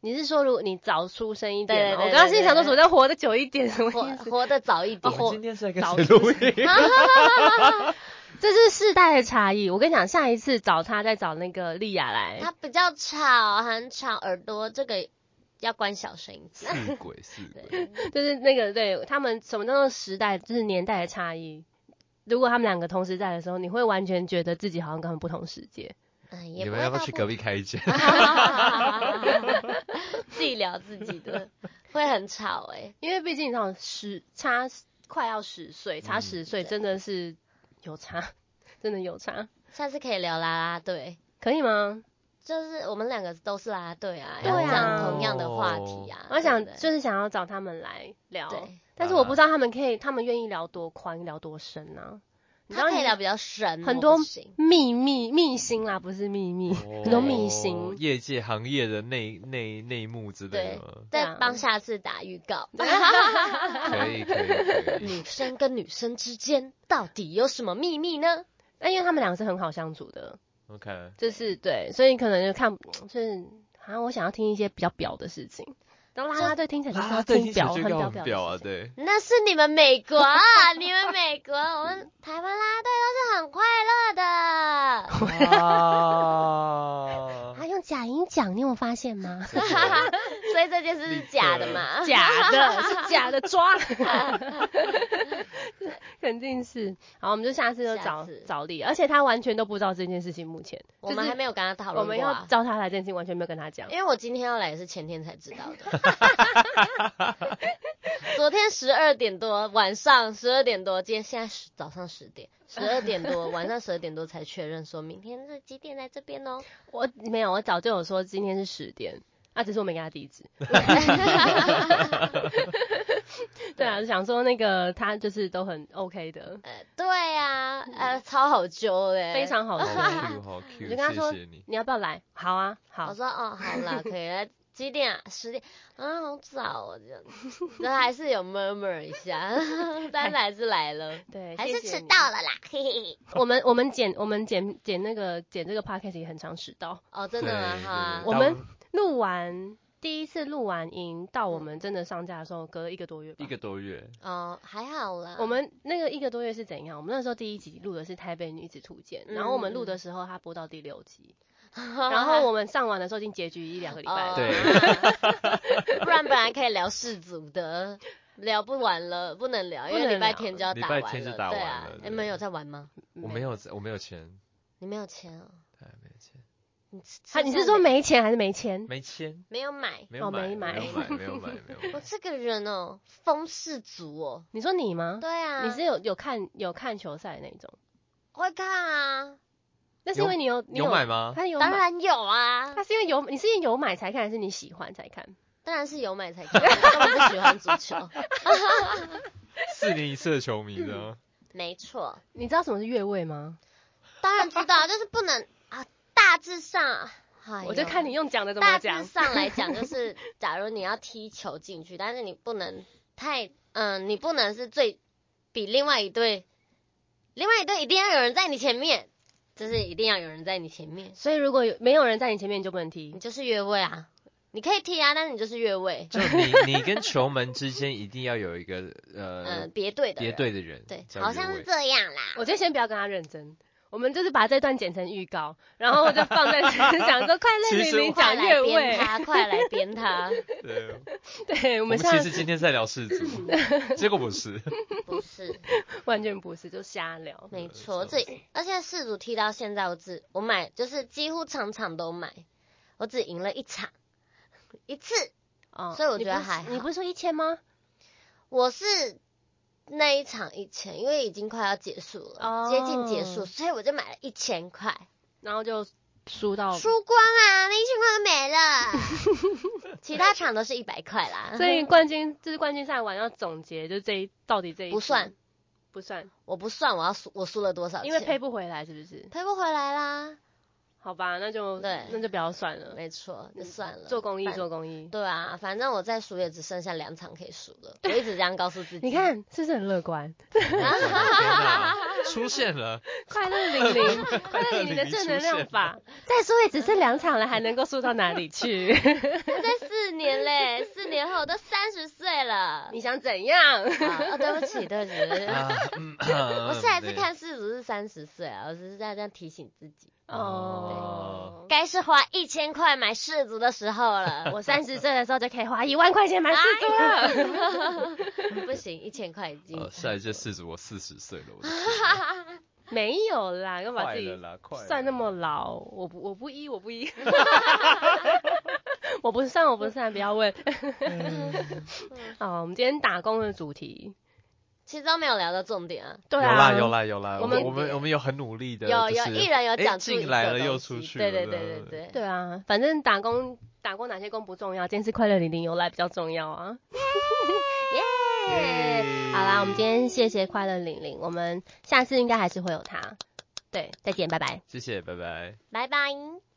S2: 你是说，如果你早出生一
S1: 对对
S2: 点吗，
S1: 对
S2: 我刚刚心里想
S1: 对
S2: 说，
S1: 对
S2: 什么叫活得久一点？什么
S1: 活
S2: 意思？
S1: 哦活得早一
S4: 我
S1: 点，
S4: 们哦今天是在跟
S2: 早
S4: 谁
S2: 出
S4: 录音？
S2: 这是世代的差异。我跟你讲，下一次找他再找那个莉亚来，
S1: 它比较吵，很吵耳朵，这个要关小声一点。
S4: 四鬼四鬼，
S2: 就是那个对他们什么叫做时代，就是年代的差异。如果他们两个同时在的时候，你会完全觉得自己好像跟他们不同世界。
S1: 嗯， 也
S4: 你
S1: 不
S4: 们
S1: 会
S4: 要不
S1: 到
S4: 要去隔壁开一间？
S1: 自己聊自己的，会很吵哎、
S2: 因为毕竟你知道十差快要十岁，差
S4: 嗯
S2: 十岁
S1: 对
S2: 真的是有差， 真的有差，
S1: 下次可以聊啦啦队，
S2: 可以吗？
S1: 就是我们两个都是啦啦队啊，
S2: 对
S1: 要
S2: 啊
S1: 讲同样的话题啊。
S2: 哦我想哦
S1: 对不对
S2: 就是想要找他们来聊，
S1: 对，
S2: 但是我不知道他们可以，他们愿意聊多宽，聊多深呢、你知
S1: 他
S2: 道
S1: 可以
S2: 你
S1: 聊比较深，
S2: 很
S1: 我
S2: 多
S1: 不行
S2: 秘密秘辛啦，不是 秘密， 很多秘辛。
S4: 业界行业的内内内幕之类的吗？
S2: 对
S1: 再
S2: 啊
S1: 帮下次打预告。
S4: 可以可以可以，
S1: 女生跟女生之间到底有什么秘密呢？
S2: 那因为他们两个是很好相处的，
S4: 我看
S2: 就是对，所以可能就看，就是好像我想要听一些比较表的事情。然后啦啦队听起来就是
S4: 啦
S2: 要
S4: 啦队听起来
S2: 表
S4: 就
S2: 很
S4: 要
S2: 表
S4: 很
S2: 表
S4: 表啊，
S2: 的事情
S4: 对，
S1: 那是你们美国啊，你们美国，我们台湾啦队都是很快乐 的。
S4: 哇，？
S2: 啊，用假音讲，你有发现吗
S4: 真的
S1: 所以这件事是假的嘛？
S2: 假的，是假的，抓！肯定是。好，我们就下次就
S1: 下
S2: 找
S1: 次
S2: 找力，而且他完全都不知道这件事情。目前
S1: 我们还没有跟他讨
S2: 我
S1: 论
S2: 们
S1: 过
S2: 要
S1: 啊，
S2: 招他来这件事情，完全没有跟他讲。
S1: 因为我今天要来也是前天才知道 的。昨天十二点多，晚上十二点多，今天现在是早上十点，十二点多，晚上十二点多才确认说明天是几点来这边哦。
S2: 我没有，我早就有说今天是十点，啊，只是我没给他地址。 对啊，想说那个他就是都很 OK 的，
S1: 呃，对啊，呃，超好揪的，
S2: 非。常好
S4: 好
S2: 笑。
S4: Q 好 Q，
S2: 你就跟他说
S4: 谢谢你。
S2: 你要不要来？好啊，
S1: 我
S2: 好。
S1: 说哦，好 啦，可以了。几点啊？十点啊，好早哦，这样， 然后还是有 murmur 一下， 但是还是来了，
S2: 对，
S1: 还是
S2: 谢谢
S1: 迟
S2: 你
S1: 到。了啦，嘿嘿。
S2: 我们我们剪我们剪剪那个剪这个 podcast 也很常迟到，
S1: 哦，真的吗？好啊
S2: 对，我们录完第一次录完音到我们真的上架的时候，隔了一个多月吧。
S4: 一个多月，
S1: 哦，还好啦。
S2: 我们那个一个多月是怎样？我们那时候第一集录的是《台北女子图鉴》，然后我们录的时候它播到第六 集，然后我们上完的时候已经结局一两个礼拜了。
S1: 哦
S4: 对，
S1: 不然本来可以聊氏族的，聊不完了，不能聊，因
S2: 不
S1: 为
S2: 能
S1: 礼拜
S2: 聊
S1: 天就要
S4: 礼
S1: 打
S4: 拜
S1: 完了。
S4: 天就
S1: 对
S4: 打完
S1: 啊
S4: 了，
S1: 你
S4: 对
S1: 们有在玩吗？
S2: 嗯
S4: 我没有我没有钱，
S1: 你没有钱哦。
S4: 对，没有钱，
S1: 你吃
S2: 啊，你是说没钱还是没钱？
S4: 没钱，
S1: 没有买？
S4: 没有
S2: 哦
S4: 买，
S2: 没买
S4: 没有买，没有买，没有买
S1: 我这个人哦，风氏族哦。
S2: 你说你吗？
S1: 对啊，
S2: 你是有有看有看球赛那种？
S1: 会看啊？
S2: 那是因为你有你
S4: 有买吗？
S2: 他有
S1: 当
S2: 买，
S1: 然有啊
S2: 他，是因为有你是因为有买才看，还是你喜欢才看？
S1: 当然是有买才看，根本不喜欢足 球。
S4: 四年一次的球迷呢？
S1: 没错，
S2: 你知道什么是越位吗？
S1: 当然知道，就是不能啊，大致上，哎呦
S2: 我就看你用讲的怎么
S1: 大致
S2: 讲。
S1: 上来讲，就是假如你要踢球进去，但是你不能太，嗯，你不能是最比另外一队，另外一队一定要有人在你前面，就是一定要有人在你前面，
S2: 所以如果有没有人在你前面，你就不能踢
S1: 你。就是越位啊，你可以踢啊，但是你就是越位，
S4: 就你你跟球门之间一定要有一个
S1: 嗯，
S4: 呃
S1: 别队的
S4: 别
S1: 人，
S4: 队的人，
S1: 对，
S4: 叫
S1: 好
S4: 越
S1: 像是
S4: 位
S1: 这样啦。
S2: 我觉得先不要跟他认真，我们就是把这段剪成预告，然后我就放在 讲说快乐
S4: 其
S2: 玲
S4: 实
S2: 玲
S4: 我
S1: 快
S2: 讲越
S1: 来
S2: 位
S1: 编。他，快来编 他，
S4: 对，
S2: 对，我
S4: 我
S2: 们
S4: 们其
S2: 现
S4: 实
S2: 在
S4: 今天在聊世足，结果不是，
S1: 不是，
S2: 完全不是，就瞎聊。
S1: 没
S4: 呃
S1: 错，
S4: 笑
S1: 这而且四组踢到现在，我只我买就是几乎场场都买，我只赢了一场，一次。
S2: 哦
S1: 嗯所以我
S2: 你
S1: 觉得
S2: 不是
S1: 还好
S2: 你不是说一千吗？
S1: 我是那一场一千，因为已经快要结束了，
S2: 哦
S1: 接近结束，所以我就买了一千块，
S2: 然后就输到，
S1: 输光啊，那一千块都没了。 其他场都是一百块啦，
S2: 所以冠军就是冠军赛完要总结，就这一到底这一
S1: 不
S2: 季
S1: 算，
S2: 不算，
S1: 我不算我要输我输了多少钱，
S2: 因为赔不回来是不是？
S1: 赔不回来啦，
S2: 好吧，那就
S1: 对
S2: 那就不要算了，
S1: 没错，就算了，
S2: 嗯做公益
S1: 反
S2: 做公益。
S1: 对啊，反正我再输也只剩下两场可以输 了，我一直这样告诉自己。
S2: 你，看是不是很乐观？
S4: 天 哪，出现了，
S2: 快乐玲 玲，快乐玲玲的正能量法，再输也只剩两场了，还能够输到哪里去？
S1: 在四年嘞，四年后我都三十岁了。
S2: 你想怎
S1: 啊、
S2: 样？
S1: 哦，对不起，对不起，对不 起
S4: 啊嗯
S1: 我下一次
S4: 对
S1: 看世足是三十岁啊，我只是在这样提醒自己，
S2: 哦
S4: 哦，
S1: 该是花一千块买世足的时候 了。
S2: 我三十岁的时候就可以花一万块钱买四个了。
S1: 不行，一千块已经。
S4: 呃，下一届世足我四十岁了，我的
S2: 没有啦，干嘛
S4: 快
S2: 自
S4: 了
S2: 己
S4: 啦，快了
S2: 算那么老？我不，我不依，我不 依。我不算，我不算，不要问。嗯 好，我们今天打工的主题，
S1: 其实都没有聊到重点啊，
S2: 对
S4: 有
S2: 啊，
S4: 啦有啦有啦，
S2: 我
S4: 我
S2: 们
S4: 们我们我们有很努力的，
S1: 有有
S4: 就是
S1: 一人有
S4: 诶
S1: 讲出一
S4: 进
S1: 个
S4: 来了
S1: 东
S4: 又
S1: 西
S4: 出去
S1: 对对
S4: 了，
S1: 对对对。
S2: 对啊，反正打工打过哪些工不重要，今天是快乐零零有来比较重要啊。耶、
S4: 耶
S2: 好啦，我们今天谢谢快乐零零，我们下次应该还是会有他。对，再见，拜拜。
S4: 谢谢，拜拜。
S1: 拜拜。